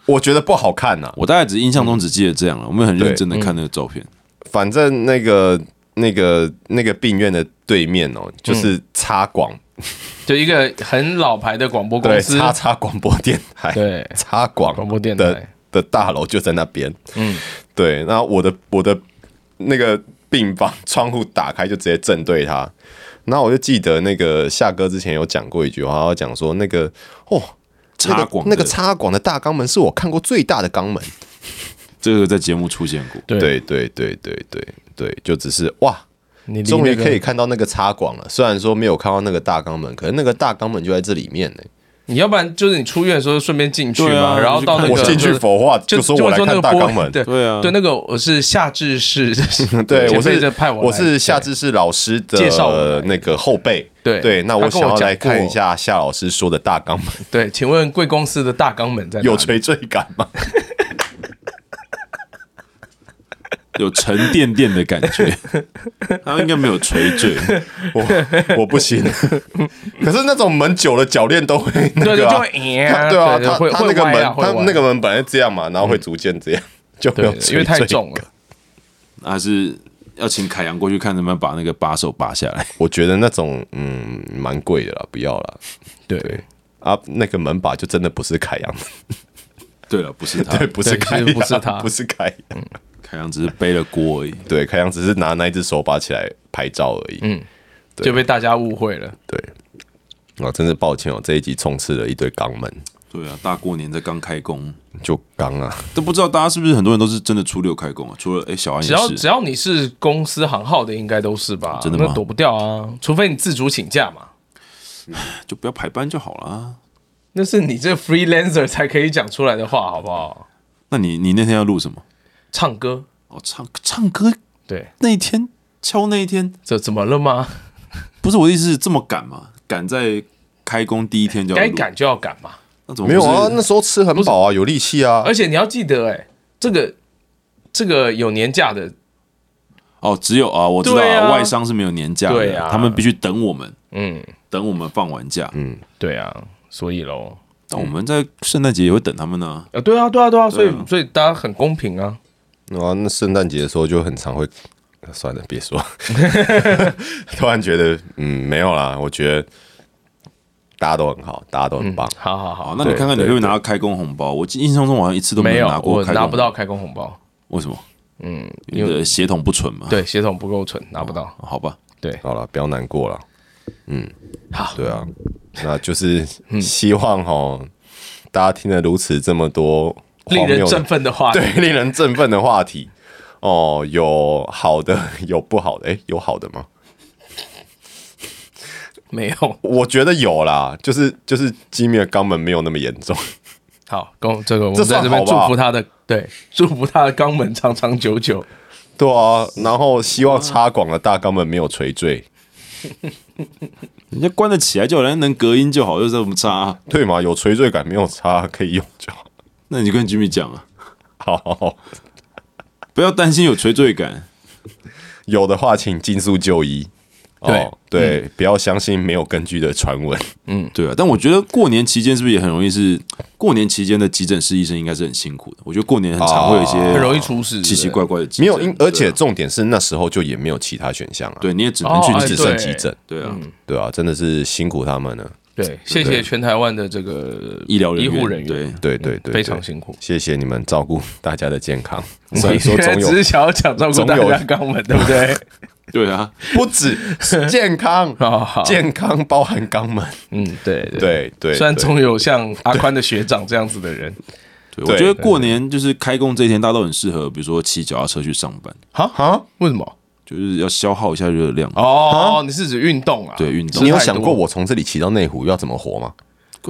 [SPEAKER 1] 我觉得不好看啊呐、
[SPEAKER 4] 我大概只印象中只记得这样了，我没有很认真的看那个照
[SPEAKER 1] 嗯
[SPEAKER 4] 片，
[SPEAKER 1] 反正那个那个那个病院的对面哦，就是插广、
[SPEAKER 3] 就一个很老牌的广播公
[SPEAKER 1] 对
[SPEAKER 3] 司，
[SPEAKER 1] 叉叉广播电台，
[SPEAKER 3] 对
[SPEAKER 1] 插广
[SPEAKER 3] 广播电台
[SPEAKER 1] 的的大楼就在那边。嗯，对。那我的我的那个病房窗户打开就直接正对他。那我就记得那个夏哥之前有讲过一句话，他讲说那个哦，那
[SPEAKER 4] 插
[SPEAKER 1] 个
[SPEAKER 4] 广
[SPEAKER 1] 那个
[SPEAKER 4] 的
[SPEAKER 1] 插广的大肛门是我看过最大的肛门。
[SPEAKER 4] 这个在节目出现过，
[SPEAKER 3] 对
[SPEAKER 1] 对对对对对对，就只是哇，
[SPEAKER 3] 你离
[SPEAKER 1] 终于
[SPEAKER 3] 那个
[SPEAKER 1] 可以看到那个插广了。虽然说没有看到那个大肛门，可是那个大肛门就在这里面呢、
[SPEAKER 3] 你要不然就是你出院的时候顺便进去
[SPEAKER 4] 对
[SPEAKER 3] 嘛，
[SPEAKER 4] 啊
[SPEAKER 3] 然后到那个
[SPEAKER 1] 我进去佛化，
[SPEAKER 3] 就
[SPEAKER 1] 就说我来
[SPEAKER 3] 那
[SPEAKER 1] 看
[SPEAKER 3] 个
[SPEAKER 1] 大
[SPEAKER 3] 波
[SPEAKER 1] 肛门。
[SPEAKER 3] 对
[SPEAKER 4] 对啊
[SPEAKER 3] 对，那个我是夏至市，
[SPEAKER 1] 对，
[SPEAKER 3] 前
[SPEAKER 1] 我
[SPEAKER 3] 辈在
[SPEAKER 1] 是
[SPEAKER 3] 派我来，
[SPEAKER 1] 我是夏志士老师的
[SPEAKER 3] 介绍我来
[SPEAKER 1] 那个后辈。
[SPEAKER 3] 对
[SPEAKER 1] 对，那我
[SPEAKER 3] 他跟
[SPEAKER 1] 想
[SPEAKER 3] 我
[SPEAKER 1] 要
[SPEAKER 3] 讲
[SPEAKER 1] 来看
[SPEAKER 3] 过
[SPEAKER 1] 一下夏老师说的大肛门
[SPEAKER 3] 对，请问贵公司的大肛门在哪里
[SPEAKER 1] 有垂坠感 吗？
[SPEAKER 4] 有沉甸甸的感觉， 他应该没有垂坠，
[SPEAKER 1] 我我不 行。可是那种门久了铰链都会那个
[SPEAKER 3] 对对，就
[SPEAKER 1] 啊
[SPEAKER 3] 会，
[SPEAKER 1] 它
[SPEAKER 3] 哎
[SPEAKER 1] 对啊，
[SPEAKER 3] 对
[SPEAKER 1] 他
[SPEAKER 3] 会
[SPEAKER 1] 他
[SPEAKER 3] 会
[SPEAKER 1] 那个
[SPEAKER 3] 歪
[SPEAKER 1] 门
[SPEAKER 3] 啊会
[SPEAKER 1] 他
[SPEAKER 3] 歪
[SPEAKER 1] 那个门本来这样嘛，然后会逐渐这样，就没有
[SPEAKER 3] 对，因为太
[SPEAKER 1] 垂坠
[SPEAKER 3] 重了。
[SPEAKER 4] 还是要请凯阳过去看能不能把那个把手拔下来，
[SPEAKER 1] 我觉得那种嗯蛮贵的啦，不要啦。
[SPEAKER 3] 对，
[SPEAKER 1] 啊，那个门把就真的不是凯阳，
[SPEAKER 4] 对了，不是他，
[SPEAKER 1] 对，不是
[SPEAKER 3] 啊对
[SPEAKER 1] 凯
[SPEAKER 3] 其
[SPEAKER 1] 阳，
[SPEAKER 3] 实不是他 嗯
[SPEAKER 1] 不是凯阳，
[SPEAKER 4] 凯阳只是背了锅而已，
[SPEAKER 1] 对，凯阳只是拿那一只手把起来拍照而已。嗯，对
[SPEAKER 3] 就被大家误会了。
[SPEAKER 1] 对，啊，真是抱歉哦，这一集充斥了一堆肛门，
[SPEAKER 4] 对啊，大过年才刚开工。
[SPEAKER 1] 就肛啊，
[SPEAKER 4] 都不知道大家是不是很多人都是真的初六开工啊？除了哎、小安
[SPEAKER 3] 只
[SPEAKER 4] 也
[SPEAKER 3] 要
[SPEAKER 4] 是，
[SPEAKER 3] 只要你是公司行号的，应该都是吧？
[SPEAKER 4] 真的吗
[SPEAKER 3] 那躲不掉啊，除非你自主请假嘛。
[SPEAKER 4] 就不要排班就好啦。
[SPEAKER 3] 那是你这 freelancer 才可以讲出来的话，好不好？
[SPEAKER 4] 那你你那天要录什么？
[SPEAKER 3] 唱歌，
[SPEAKER 4] 哦，唱唱歌
[SPEAKER 3] 对，
[SPEAKER 4] 那一天敲那一天，
[SPEAKER 3] 这怎么了吗？
[SPEAKER 4] 不是我的意思是这么赶嘛？赶在开工第一天就要
[SPEAKER 3] 该
[SPEAKER 4] 录
[SPEAKER 3] 赶就要赶嘛。
[SPEAKER 4] 那怎么
[SPEAKER 1] 没有啊，
[SPEAKER 4] 不是
[SPEAKER 1] 那时候吃很饱啊，有力气啊
[SPEAKER 3] 而，且你要记得、哎，这个这个有年假的，
[SPEAKER 4] 哦，只有啊，我知道、
[SPEAKER 3] 对啊
[SPEAKER 4] 外商是没有年假的，
[SPEAKER 3] 对啊
[SPEAKER 4] 他们必须等我们，
[SPEAKER 3] 嗯，
[SPEAKER 4] 等我们放完假。嗯，
[SPEAKER 3] 对啊，所以喽，
[SPEAKER 4] 但我们在圣诞节也会等他们呢、
[SPEAKER 3] 啊，对啊，对啊，对啊，所以、所以大家很公平啊。
[SPEAKER 1] 啊，那圣诞节的时候就很常会，呃算了，别 说，突然觉得嗯没有啦，我觉得大家都很好，大家都很棒。
[SPEAKER 3] 好好好，
[SPEAKER 4] 好，哦那你看看你会不会拿到开工红包？我印象中我好像一次都
[SPEAKER 3] 没有
[SPEAKER 4] 拿，过
[SPEAKER 3] 我
[SPEAKER 4] 开工，
[SPEAKER 3] 拿不到，开工红包，
[SPEAKER 4] 为什么？嗯，你
[SPEAKER 3] 因为
[SPEAKER 4] 的血统不纯嘛。，哦
[SPEAKER 3] 对，血统不够纯，拿不到。
[SPEAKER 4] 好吧，
[SPEAKER 3] 对，
[SPEAKER 1] 好了，不要难过了。嗯，
[SPEAKER 3] 好
[SPEAKER 1] 对啊， 那就是
[SPEAKER 3] 嗯
[SPEAKER 1] 希望哈，大家听了如此这么多
[SPEAKER 3] 令
[SPEAKER 1] 荒谬
[SPEAKER 3] 人
[SPEAKER 1] 的
[SPEAKER 3] 振奋的 话，
[SPEAKER 1] 对，令人振奋的话题。哦，有好的， 有不好的。哎、有好的吗？
[SPEAKER 3] 没有。
[SPEAKER 1] 我觉得有啦，就是就是吉米的肛门没有那么严重。
[SPEAKER 3] 好，跟我这个我
[SPEAKER 1] 这
[SPEAKER 3] 们
[SPEAKER 1] 算
[SPEAKER 3] 在这边
[SPEAKER 1] 好
[SPEAKER 3] 祝
[SPEAKER 1] 吧
[SPEAKER 3] 福他的，对，祝福他的肛门长长久久。
[SPEAKER 1] 对啊，然后希望插广的大肛门没有垂坠，
[SPEAKER 4] 人家关得起来就好，人家能隔音就好，又这么差。啊
[SPEAKER 1] 对嘛？有垂坠感没有插可以用就好。
[SPEAKER 4] 那你就跟 Jimmy 讲啊，
[SPEAKER 1] 好好好，
[SPEAKER 4] 不要担心有垂坠感，
[SPEAKER 1] 有的话请尽速就医。哦、对，
[SPEAKER 3] 嗯
[SPEAKER 1] 不要相信没有根据的传闻。
[SPEAKER 4] 对啊。但我觉得过年期间是不是也很容易是？过年期间的急诊室医生应该是很辛苦的。我觉得过年很常会有一些
[SPEAKER 1] 哦
[SPEAKER 3] 很容易出事
[SPEAKER 4] 奇奇怪怪的急
[SPEAKER 1] 没
[SPEAKER 4] 诊，
[SPEAKER 1] 有，因而且
[SPEAKER 4] 对啊
[SPEAKER 1] 重点是那时候就也没有其他选项啊。
[SPEAKER 4] 对你也只能
[SPEAKER 3] 哦
[SPEAKER 4] 去
[SPEAKER 3] 哎嗯
[SPEAKER 1] 只
[SPEAKER 4] 急诊，
[SPEAKER 1] 剩急诊。
[SPEAKER 4] 对啊，
[SPEAKER 1] 对啊，真的是辛苦他们了。
[SPEAKER 3] 对，谢谢全台湾的这个
[SPEAKER 4] 医疗人
[SPEAKER 3] 医
[SPEAKER 4] 员
[SPEAKER 3] 护人员，
[SPEAKER 4] 对，
[SPEAKER 1] 对对对，对
[SPEAKER 3] 非常辛苦。
[SPEAKER 1] 谢谢你们照顾大家的健康。虽
[SPEAKER 3] 你
[SPEAKER 1] 然说
[SPEAKER 3] 现在
[SPEAKER 1] 总
[SPEAKER 3] 只是
[SPEAKER 1] 有
[SPEAKER 3] 想要讲照顾大
[SPEAKER 1] 总有
[SPEAKER 3] 家肛门，对不 对？
[SPEAKER 4] 对啊，
[SPEAKER 1] 不止健康
[SPEAKER 3] 好好，
[SPEAKER 1] 健康包含肛门。
[SPEAKER 3] 嗯，对对
[SPEAKER 1] 对对，
[SPEAKER 3] 虽然
[SPEAKER 1] 对
[SPEAKER 3] 总有像阿宽的学长这样子的人，
[SPEAKER 4] 对，我觉得过年就是开工这一天，大家都很适合，比如说骑脚踏车去上班，
[SPEAKER 3] 哈哈，为什么？
[SPEAKER 4] 就是要消耗一下热量。
[SPEAKER 3] 哦，你是指运动啊？
[SPEAKER 4] 对运动
[SPEAKER 1] 你有
[SPEAKER 3] 吃太
[SPEAKER 1] 想
[SPEAKER 3] 多
[SPEAKER 1] 过我从这里骑到内湖要怎么活吗？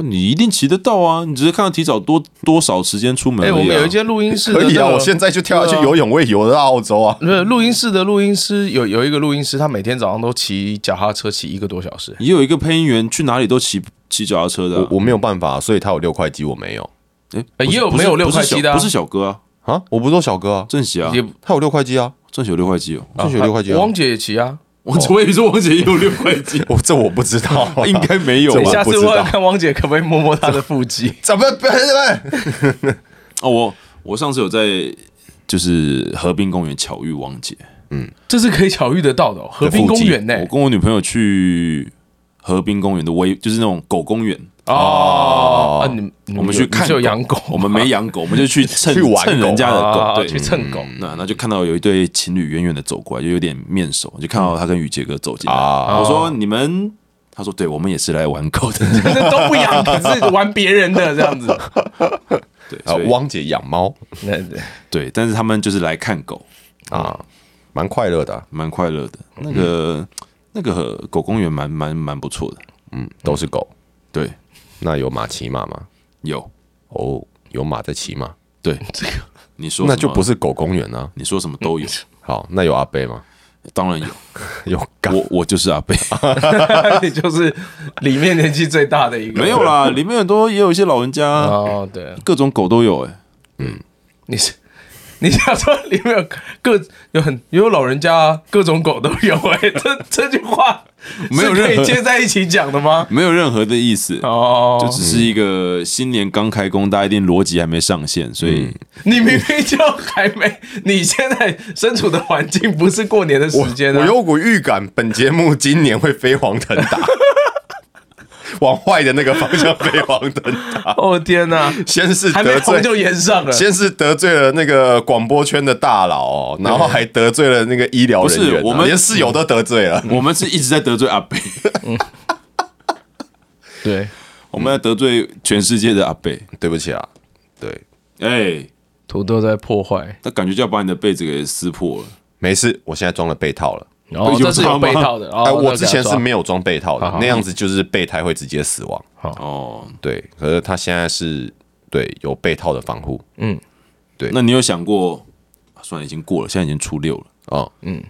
[SPEAKER 4] 你一定骑得到啊！你只是看到提早多多少时间出门而
[SPEAKER 3] 哎、
[SPEAKER 4] 已啊、
[SPEAKER 3] 我们有一间录音室的、
[SPEAKER 1] 可
[SPEAKER 3] 那
[SPEAKER 1] 以啊，
[SPEAKER 3] 个
[SPEAKER 1] 我现在就跳下去游泳，我也游得到澳洲啊。
[SPEAKER 3] 不是录音室的录音师有有一个录音师，他每天早上都骑脚踏车骑一个多小时。
[SPEAKER 4] 也有一个配音员去哪里都骑骑脚踏车的啊、
[SPEAKER 1] 我我没有办法，所以他有六块肌，我没有
[SPEAKER 4] 哎
[SPEAKER 3] 呃
[SPEAKER 4] 不是
[SPEAKER 3] 也有
[SPEAKER 4] 不是
[SPEAKER 3] 没有六
[SPEAKER 4] 不是
[SPEAKER 3] 块
[SPEAKER 4] 小
[SPEAKER 3] 肌的啊
[SPEAKER 4] 不是小哥啊，
[SPEAKER 1] 啊。我不是说小哥啊，
[SPEAKER 4] 郑喜啊，
[SPEAKER 3] 也
[SPEAKER 1] 他有六块肌啊，
[SPEAKER 4] 郑喜有六块肌哦。
[SPEAKER 1] 这有六块肌啊。，
[SPEAKER 3] 汪姐也骑啊，
[SPEAKER 4] 王我以为说王姐也有六块肌
[SPEAKER 1] 我哦这我不知道啊，
[SPEAKER 4] 应该没有
[SPEAKER 1] 这
[SPEAKER 4] 吧
[SPEAKER 3] 你
[SPEAKER 1] 我
[SPEAKER 3] 下
[SPEAKER 1] 不
[SPEAKER 3] 次
[SPEAKER 1] 知
[SPEAKER 3] 问
[SPEAKER 1] 道。
[SPEAKER 3] 看汪姐可不可以摸摸她的腹肌
[SPEAKER 1] 。怎么不不
[SPEAKER 4] 哦。我我上次有在就是河滨公园巧遇王姐，
[SPEAKER 3] 这是可以巧遇得到的、哦，河滨公园呢、
[SPEAKER 4] 我跟我女朋友去河滨公园的微，就是那种狗公园，
[SPEAKER 3] 哦，啊，你你
[SPEAKER 4] 我们
[SPEAKER 3] 有
[SPEAKER 4] 去看
[SPEAKER 3] 你是有养狗，
[SPEAKER 4] 我们没养狗，我们就去蹭
[SPEAKER 1] 去玩
[SPEAKER 4] 蹭人家的
[SPEAKER 3] 啊
[SPEAKER 4] 狗，对， 嗯
[SPEAKER 3] 去蹭狗。
[SPEAKER 4] 那那就看到有一对情侣远远的走过来，就有点面熟，就看到他跟宇杰哥走进来。
[SPEAKER 1] 啊
[SPEAKER 4] 我说你们，他说对，我们也是来玩狗的。
[SPEAKER 3] 那都不养，可是玩别人的这 样子。
[SPEAKER 4] 对，
[SPEAKER 1] 啊
[SPEAKER 4] 所以，
[SPEAKER 1] 汪姐养猫
[SPEAKER 3] 那对
[SPEAKER 4] 对，但是他们就是来看狗，
[SPEAKER 1] 啊，蛮快乐的啊，
[SPEAKER 4] 蛮快乐的。那个那个狗公园蛮蛮蛮不错的。
[SPEAKER 1] 嗯，都是狗。
[SPEAKER 4] 对，
[SPEAKER 1] 那有马骑马吗？
[SPEAKER 4] 有
[SPEAKER 1] 哦，有马在骑马，
[SPEAKER 4] 对这个，你说
[SPEAKER 1] 那
[SPEAKER 4] 什
[SPEAKER 1] 就
[SPEAKER 4] 么
[SPEAKER 1] 不是狗公园啊。
[SPEAKER 4] 你说什么都有，
[SPEAKER 1] 好，那有阿贝 吗？
[SPEAKER 4] 当然有。
[SPEAKER 1] 有港
[SPEAKER 4] 我我就是阿 贝，
[SPEAKER 1] 啊
[SPEAKER 3] 你就是里面年纪最大的一个。
[SPEAKER 4] 没 有啦，里面很多也有一些老人
[SPEAKER 1] 啊
[SPEAKER 4] 家，
[SPEAKER 3] 哦，对，
[SPEAKER 4] 各种狗都有。哎，
[SPEAKER 3] 你是你想说里面有各有很有老人家、啊，各种狗都有哎、这这句话
[SPEAKER 4] 没有
[SPEAKER 3] 是可
[SPEAKER 4] 任
[SPEAKER 3] 以
[SPEAKER 4] 何
[SPEAKER 3] 接在一起讲的吗？
[SPEAKER 4] 没有任何的意
[SPEAKER 1] 啊
[SPEAKER 4] 思。
[SPEAKER 3] 哦，
[SPEAKER 4] 就只是一个新年刚开工，大家一定逻辑还没上线，所以
[SPEAKER 3] 你明明就还没，你现在身处的环境不是过年的时间啊。
[SPEAKER 1] 我有股预感，本节目今年会飞黄腾 达，往坏的那个方向飞黄腾达。
[SPEAKER 3] 哦天哪、
[SPEAKER 1] 先是
[SPEAKER 3] 还没
[SPEAKER 1] 得
[SPEAKER 3] 红
[SPEAKER 1] 罪，
[SPEAKER 3] 就延上 了。
[SPEAKER 1] 先是得罪了那个广播圈的大佬、哦，然后还得罪了那个医疗人员啊、
[SPEAKER 4] 不是我们
[SPEAKER 1] 连室友都得罪了。
[SPEAKER 4] 我们是一直在得罪阿贝，
[SPEAKER 1] 嗯
[SPEAKER 3] 对，
[SPEAKER 4] 我们在得罪全世界的阿贝。
[SPEAKER 1] 对不起啊，对，
[SPEAKER 4] 哎、
[SPEAKER 3] 土豆在破坏。
[SPEAKER 4] 他感觉就要把你的被子给撕破了。
[SPEAKER 1] 没事，我现在装了被套了。
[SPEAKER 3] 然后
[SPEAKER 4] 有
[SPEAKER 3] 这是有
[SPEAKER 4] 差吗
[SPEAKER 3] 被套的。哦
[SPEAKER 1] 哎、
[SPEAKER 3] 那
[SPEAKER 1] 我
[SPEAKER 3] 给
[SPEAKER 1] 之
[SPEAKER 3] 他
[SPEAKER 1] 前
[SPEAKER 3] 抓
[SPEAKER 1] 是没有装被套的，
[SPEAKER 3] 好好
[SPEAKER 1] 那样子就是备胎会直接死亡。
[SPEAKER 4] 哦，
[SPEAKER 1] 对，可是他现在是对有被套的防护
[SPEAKER 4] 那你有想过？啊算了，已经过了，现在已经初六了，
[SPEAKER 1] 哦，
[SPEAKER 4] 嗯，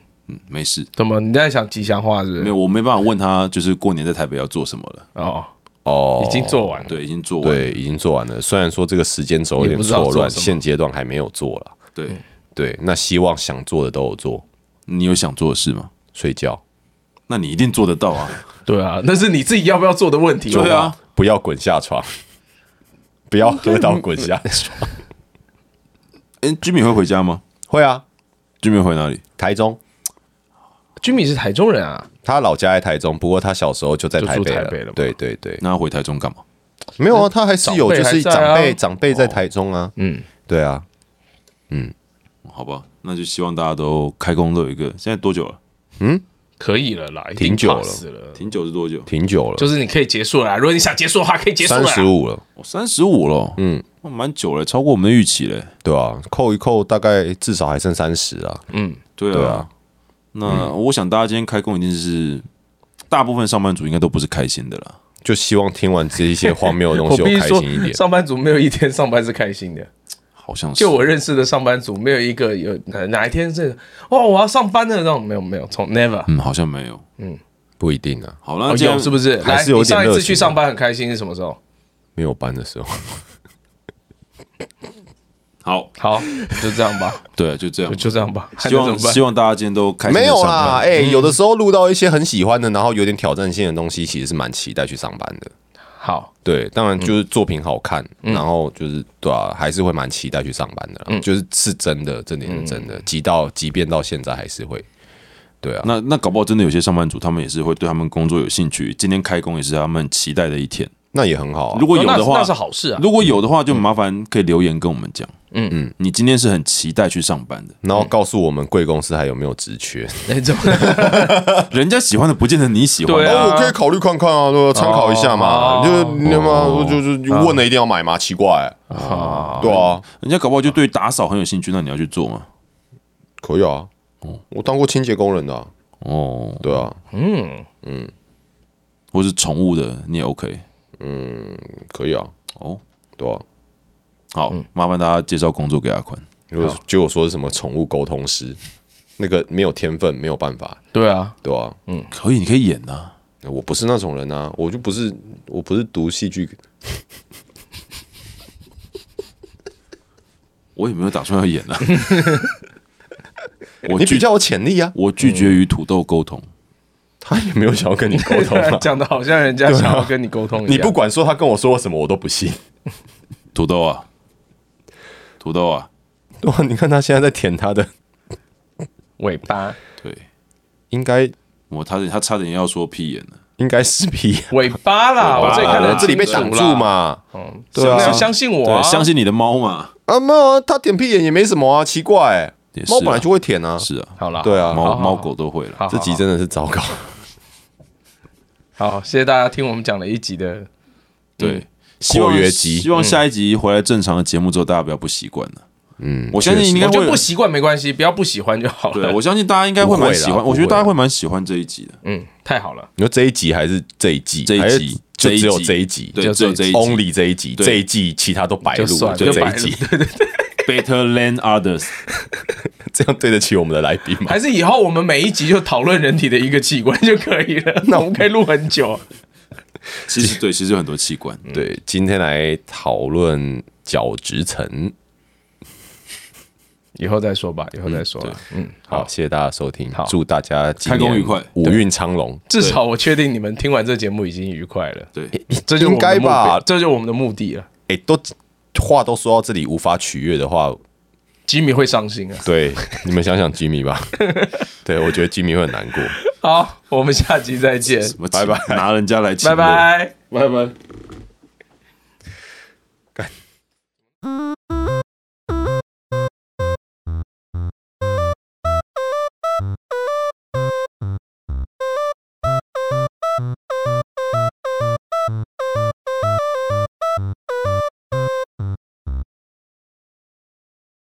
[SPEAKER 4] 没事。
[SPEAKER 3] 怎么？你在想吉祥话是不
[SPEAKER 4] 没
[SPEAKER 3] 是？
[SPEAKER 4] 有，我没办法问他，就是过年在台北要做什么了。
[SPEAKER 3] 哦，
[SPEAKER 1] 哦
[SPEAKER 3] 已经做完了。
[SPEAKER 4] 对，已经做完了。
[SPEAKER 1] 对，已经做完了。虽然说这个时间轴有
[SPEAKER 3] 也
[SPEAKER 1] 点
[SPEAKER 3] 不知道
[SPEAKER 1] 错
[SPEAKER 3] 做
[SPEAKER 1] 乱，
[SPEAKER 3] 什么
[SPEAKER 1] 现阶段还没有做了。
[SPEAKER 4] 对，嗯
[SPEAKER 1] 对，那希望想做的都有做，
[SPEAKER 4] 你有想做的事吗？
[SPEAKER 1] 睡觉，
[SPEAKER 4] 那你一定做得到 啊！
[SPEAKER 3] 对啊，那是你自己要不要做的问题。哦
[SPEAKER 4] 对啊，
[SPEAKER 1] 不要滚下床， 不要喝到滚下床。
[SPEAKER 4] 哎、居民会回家吗？
[SPEAKER 1] 会啊，
[SPEAKER 4] 居民回哪里？
[SPEAKER 1] 台中
[SPEAKER 3] 君米是台中人啊，
[SPEAKER 1] 他老家在台中，不过他小时候就在
[SPEAKER 3] 就
[SPEAKER 1] 台
[SPEAKER 3] 住
[SPEAKER 1] 北
[SPEAKER 3] 台
[SPEAKER 1] 了。
[SPEAKER 3] 北了嘛
[SPEAKER 1] 对对对，
[SPEAKER 4] 那他回台中干嘛？
[SPEAKER 1] 没有啊，他还是有，就
[SPEAKER 3] 长辈
[SPEAKER 1] 是
[SPEAKER 3] 还在啊
[SPEAKER 1] 长辈长辈在台中啊。嗯，对啊，
[SPEAKER 4] 好吧，那就希望大家都开工都有一个。现在多久了？
[SPEAKER 3] 可以了啦，已
[SPEAKER 1] 挺
[SPEAKER 3] 经
[SPEAKER 1] 久
[SPEAKER 3] pass 了，
[SPEAKER 4] 挺久是多久？
[SPEAKER 1] 挺久
[SPEAKER 3] 就
[SPEAKER 1] 了，
[SPEAKER 3] 是你可以结束了啦。啊如果你想结束的话，可以结束了啊
[SPEAKER 1] 三
[SPEAKER 3] 啦。
[SPEAKER 1] 十五了，
[SPEAKER 4] 我哦三十五了，
[SPEAKER 1] 嗯
[SPEAKER 4] 嗯，哦蛮久了，超过我们的预期嘞。
[SPEAKER 1] 对啊，扣一扣，大概至少还剩三十啊。
[SPEAKER 4] 对
[SPEAKER 1] 对啊，
[SPEAKER 4] 那我想大家今天开工一定是大部分上班族应该都不是开心的啦。
[SPEAKER 1] 就希望听完这一些荒谬的东
[SPEAKER 3] 我
[SPEAKER 1] 西，
[SPEAKER 3] 必
[SPEAKER 1] 我
[SPEAKER 3] 须
[SPEAKER 1] 开心一
[SPEAKER 3] 说，
[SPEAKER 1] 点。
[SPEAKER 3] 上班族没有一天上班是开心的。
[SPEAKER 4] 好像是，
[SPEAKER 3] 就我认识的上班族，没有一个有哪哪一天是哦我要上班的那种，没有没有，从 never。
[SPEAKER 4] 嗯，好像没有。
[SPEAKER 1] 不一定啊，
[SPEAKER 4] 好了，
[SPEAKER 3] 哦，
[SPEAKER 4] 那这样
[SPEAKER 3] 有是不是？
[SPEAKER 1] 还
[SPEAKER 3] 来，
[SPEAKER 1] 是有
[SPEAKER 3] 你
[SPEAKER 1] 点
[SPEAKER 3] 上一
[SPEAKER 1] 热
[SPEAKER 3] 次
[SPEAKER 1] 情
[SPEAKER 3] 去
[SPEAKER 1] 的
[SPEAKER 3] 上班很开心是什么时候？
[SPEAKER 1] 没有班的时候，
[SPEAKER 4] 好？
[SPEAKER 3] 好，就这样 吧，
[SPEAKER 4] 对，就这样
[SPEAKER 3] 就。就这样吧。还
[SPEAKER 4] 希
[SPEAKER 3] 能怎
[SPEAKER 4] 望
[SPEAKER 3] 么办
[SPEAKER 4] 希？望大家今天都开心
[SPEAKER 1] 没
[SPEAKER 4] 地
[SPEAKER 1] 有
[SPEAKER 4] 上班
[SPEAKER 1] 啦。哎、有的时候录到一些很喜欢的，然后有点挑战性的东西，其实是蛮期待去上班的。嗯
[SPEAKER 3] 好，
[SPEAKER 1] 对，当然就是作品好看，然后就是对啊，还是会蛮期待去上班的啦、就是是真的，这点是真的，即到即便到现在还是会，对啊，
[SPEAKER 4] 那那搞不好真的有些上班族，他们也是会对他们工作有兴趣。今天开工也是他们期待的一天。
[SPEAKER 1] 那也很好啊
[SPEAKER 4] 如。果有
[SPEAKER 3] 哦那
[SPEAKER 4] 的
[SPEAKER 3] 是
[SPEAKER 4] 话
[SPEAKER 3] 那，是好事啊。
[SPEAKER 4] 如果有的话，就麻烦可以留言跟我们讲。嗯嗯，你今天是很期待去上班的，
[SPEAKER 1] 然后告诉我们贵公司还有没有职缺，
[SPEAKER 3] 那种
[SPEAKER 4] 人家喜欢的不见得你喜欢。
[SPEAKER 3] 对啊
[SPEAKER 1] 哦，我可以考虑看看啊，对吧？参考一下嘛，
[SPEAKER 3] 哦
[SPEAKER 1] 就是你嘛，就是问了一定要买吗？奇怪、对啊，
[SPEAKER 4] 人家搞不好就对打扫很有兴趣，那你要去做嘛？
[SPEAKER 1] 可以啊，我当过清洁工人的啊、
[SPEAKER 4] 哦，
[SPEAKER 1] 对啊，
[SPEAKER 4] 或是宠物的你也 OK。
[SPEAKER 1] 可以啊，
[SPEAKER 4] 哦，
[SPEAKER 1] 对啊。
[SPEAKER 4] 好，
[SPEAKER 3] 嗯
[SPEAKER 4] 麻烦大家介绍工作给阿坤。
[SPEAKER 1] 如果结果说是什么宠物沟通师，那个没有天分，没有办法，
[SPEAKER 3] 对啊，
[SPEAKER 1] 对吧、
[SPEAKER 4] 可以，你可以演啊呐。
[SPEAKER 1] 我不是那种人啊，我就不是，我不是读戏剧，
[SPEAKER 4] 我也没有打算要演 呐。
[SPEAKER 1] 你
[SPEAKER 4] 我
[SPEAKER 1] 比
[SPEAKER 4] 拒
[SPEAKER 1] 较有潜力啊。
[SPEAKER 4] 我拒绝与土豆沟通。
[SPEAKER 1] 他也没有想要跟你沟通 啊，
[SPEAKER 3] 讲的好像人家想要跟你沟通一样。
[SPEAKER 1] 你不管说他跟我说什么，我都不信。
[SPEAKER 4] 土豆啊，土豆啊，
[SPEAKER 1] 对啊，你看他现在在舔他的，
[SPEAKER 3] 尾巴，
[SPEAKER 4] 对
[SPEAKER 1] 应该
[SPEAKER 4] 我差点他差点要说屁眼了。
[SPEAKER 1] 应该是屁啊，
[SPEAKER 3] 尾巴啦，我这里看得
[SPEAKER 1] 啊这里被挡
[SPEAKER 3] 清楚啦
[SPEAKER 1] 住。嘛。对
[SPEAKER 3] 没
[SPEAKER 1] 啊
[SPEAKER 3] 有，相信我啊，
[SPEAKER 4] 对，相信你的猫嘛。
[SPEAKER 1] 啊，没有啊，他舔屁眼也没什么啊，奇怪、欸
[SPEAKER 4] 也，是啊
[SPEAKER 1] 猫本来就会舔啊。
[SPEAKER 4] 是啊，
[SPEAKER 3] 好啦，
[SPEAKER 1] 对啊，
[SPEAKER 4] 猫
[SPEAKER 3] 好
[SPEAKER 4] 猫狗都会了。
[SPEAKER 3] 好，
[SPEAKER 1] 这集
[SPEAKER 3] 好
[SPEAKER 1] 真的是糟糕。
[SPEAKER 3] 好，好谢谢大家听我们讲了一集的
[SPEAKER 4] 对，希望
[SPEAKER 1] 括约肌
[SPEAKER 4] 希望下一集回来正常的节目之后，大家不要不习惯了。嗯，我相
[SPEAKER 1] 确
[SPEAKER 4] 信
[SPEAKER 1] 实
[SPEAKER 4] 应该
[SPEAKER 3] 我觉
[SPEAKER 4] 会
[SPEAKER 3] 得不习惯没关系，不要不喜欢就好了。
[SPEAKER 4] 对，我相信大家应该会
[SPEAKER 1] 不会
[SPEAKER 4] 蛮
[SPEAKER 1] 啦
[SPEAKER 4] 喜欢，
[SPEAKER 1] 不会
[SPEAKER 4] 我觉得大家会蛮喜欢这一集的。
[SPEAKER 3] 嗯，太好了，
[SPEAKER 1] 你说这一集还是这一季？
[SPEAKER 4] 这一集
[SPEAKER 1] 还是
[SPEAKER 4] 这
[SPEAKER 1] 就
[SPEAKER 4] 一集
[SPEAKER 1] 只有这一集，
[SPEAKER 4] 对，只有这一集
[SPEAKER 1] 嗯 only 这一集，
[SPEAKER 4] 对
[SPEAKER 1] 这一季其他都白
[SPEAKER 3] 就
[SPEAKER 1] 录
[SPEAKER 3] 算了，
[SPEAKER 1] 就这
[SPEAKER 3] 白
[SPEAKER 1] 一集，
[SPEAKER 3] 了
[SPEAKER 4] Better Than Others。
[SPEAKER 1] 这样对得起我们的来宾吗？
[SPEAKER 3] 还是以后我们每一集就讨论人体的一个器官就可以 了。那我们可以录很久。
[SPEAKER 4] 其 实对，其实有很多器官。
[SPEAKER 1] 对，今天来讨论角质层。
[SPEAKER 3] 以后再说吧，以后再说吧。嗯，
[SPEAKER 1] 好，谢谢大家收听
[SPEAKER 3] 好，
[SPEAKER 1] 祝大家今
[SPEAKER 4] 开工
[SPEAKER 1] 年
[SPEAKER 4] 愉快
[SPEAKER 1] 五运昌隆。
[SPEAKER 3] 至少我确定你们听完这节目已经愉快了，
[SPEAKER 4] 对，
[SPEAKER 3] 这就是我们
[SPEAKER 1] 应该
[SPEAKER 3] 的目标
[SPEAKER 1] 吧
[SPEAKER 3] 这就是我们的目的了。
[SPEAKER 1] 哎，都话都说到这里，无法取悦的话，
[SPEAKER 3] 吉米会伤心啊。
[SPEAKER 1] 对，你们想想吉米吧。 对，我觉得吉米会很难过。
[SPEAKER 3] 好，我们下集再见，
[SPEAKER 4] 拜拜，拿人家来请
[SPEAKER 3] 拜
[SPEAKER 4] 论拜
[SPEAKER 3] 拜。
[SPEAKER 4] 拜。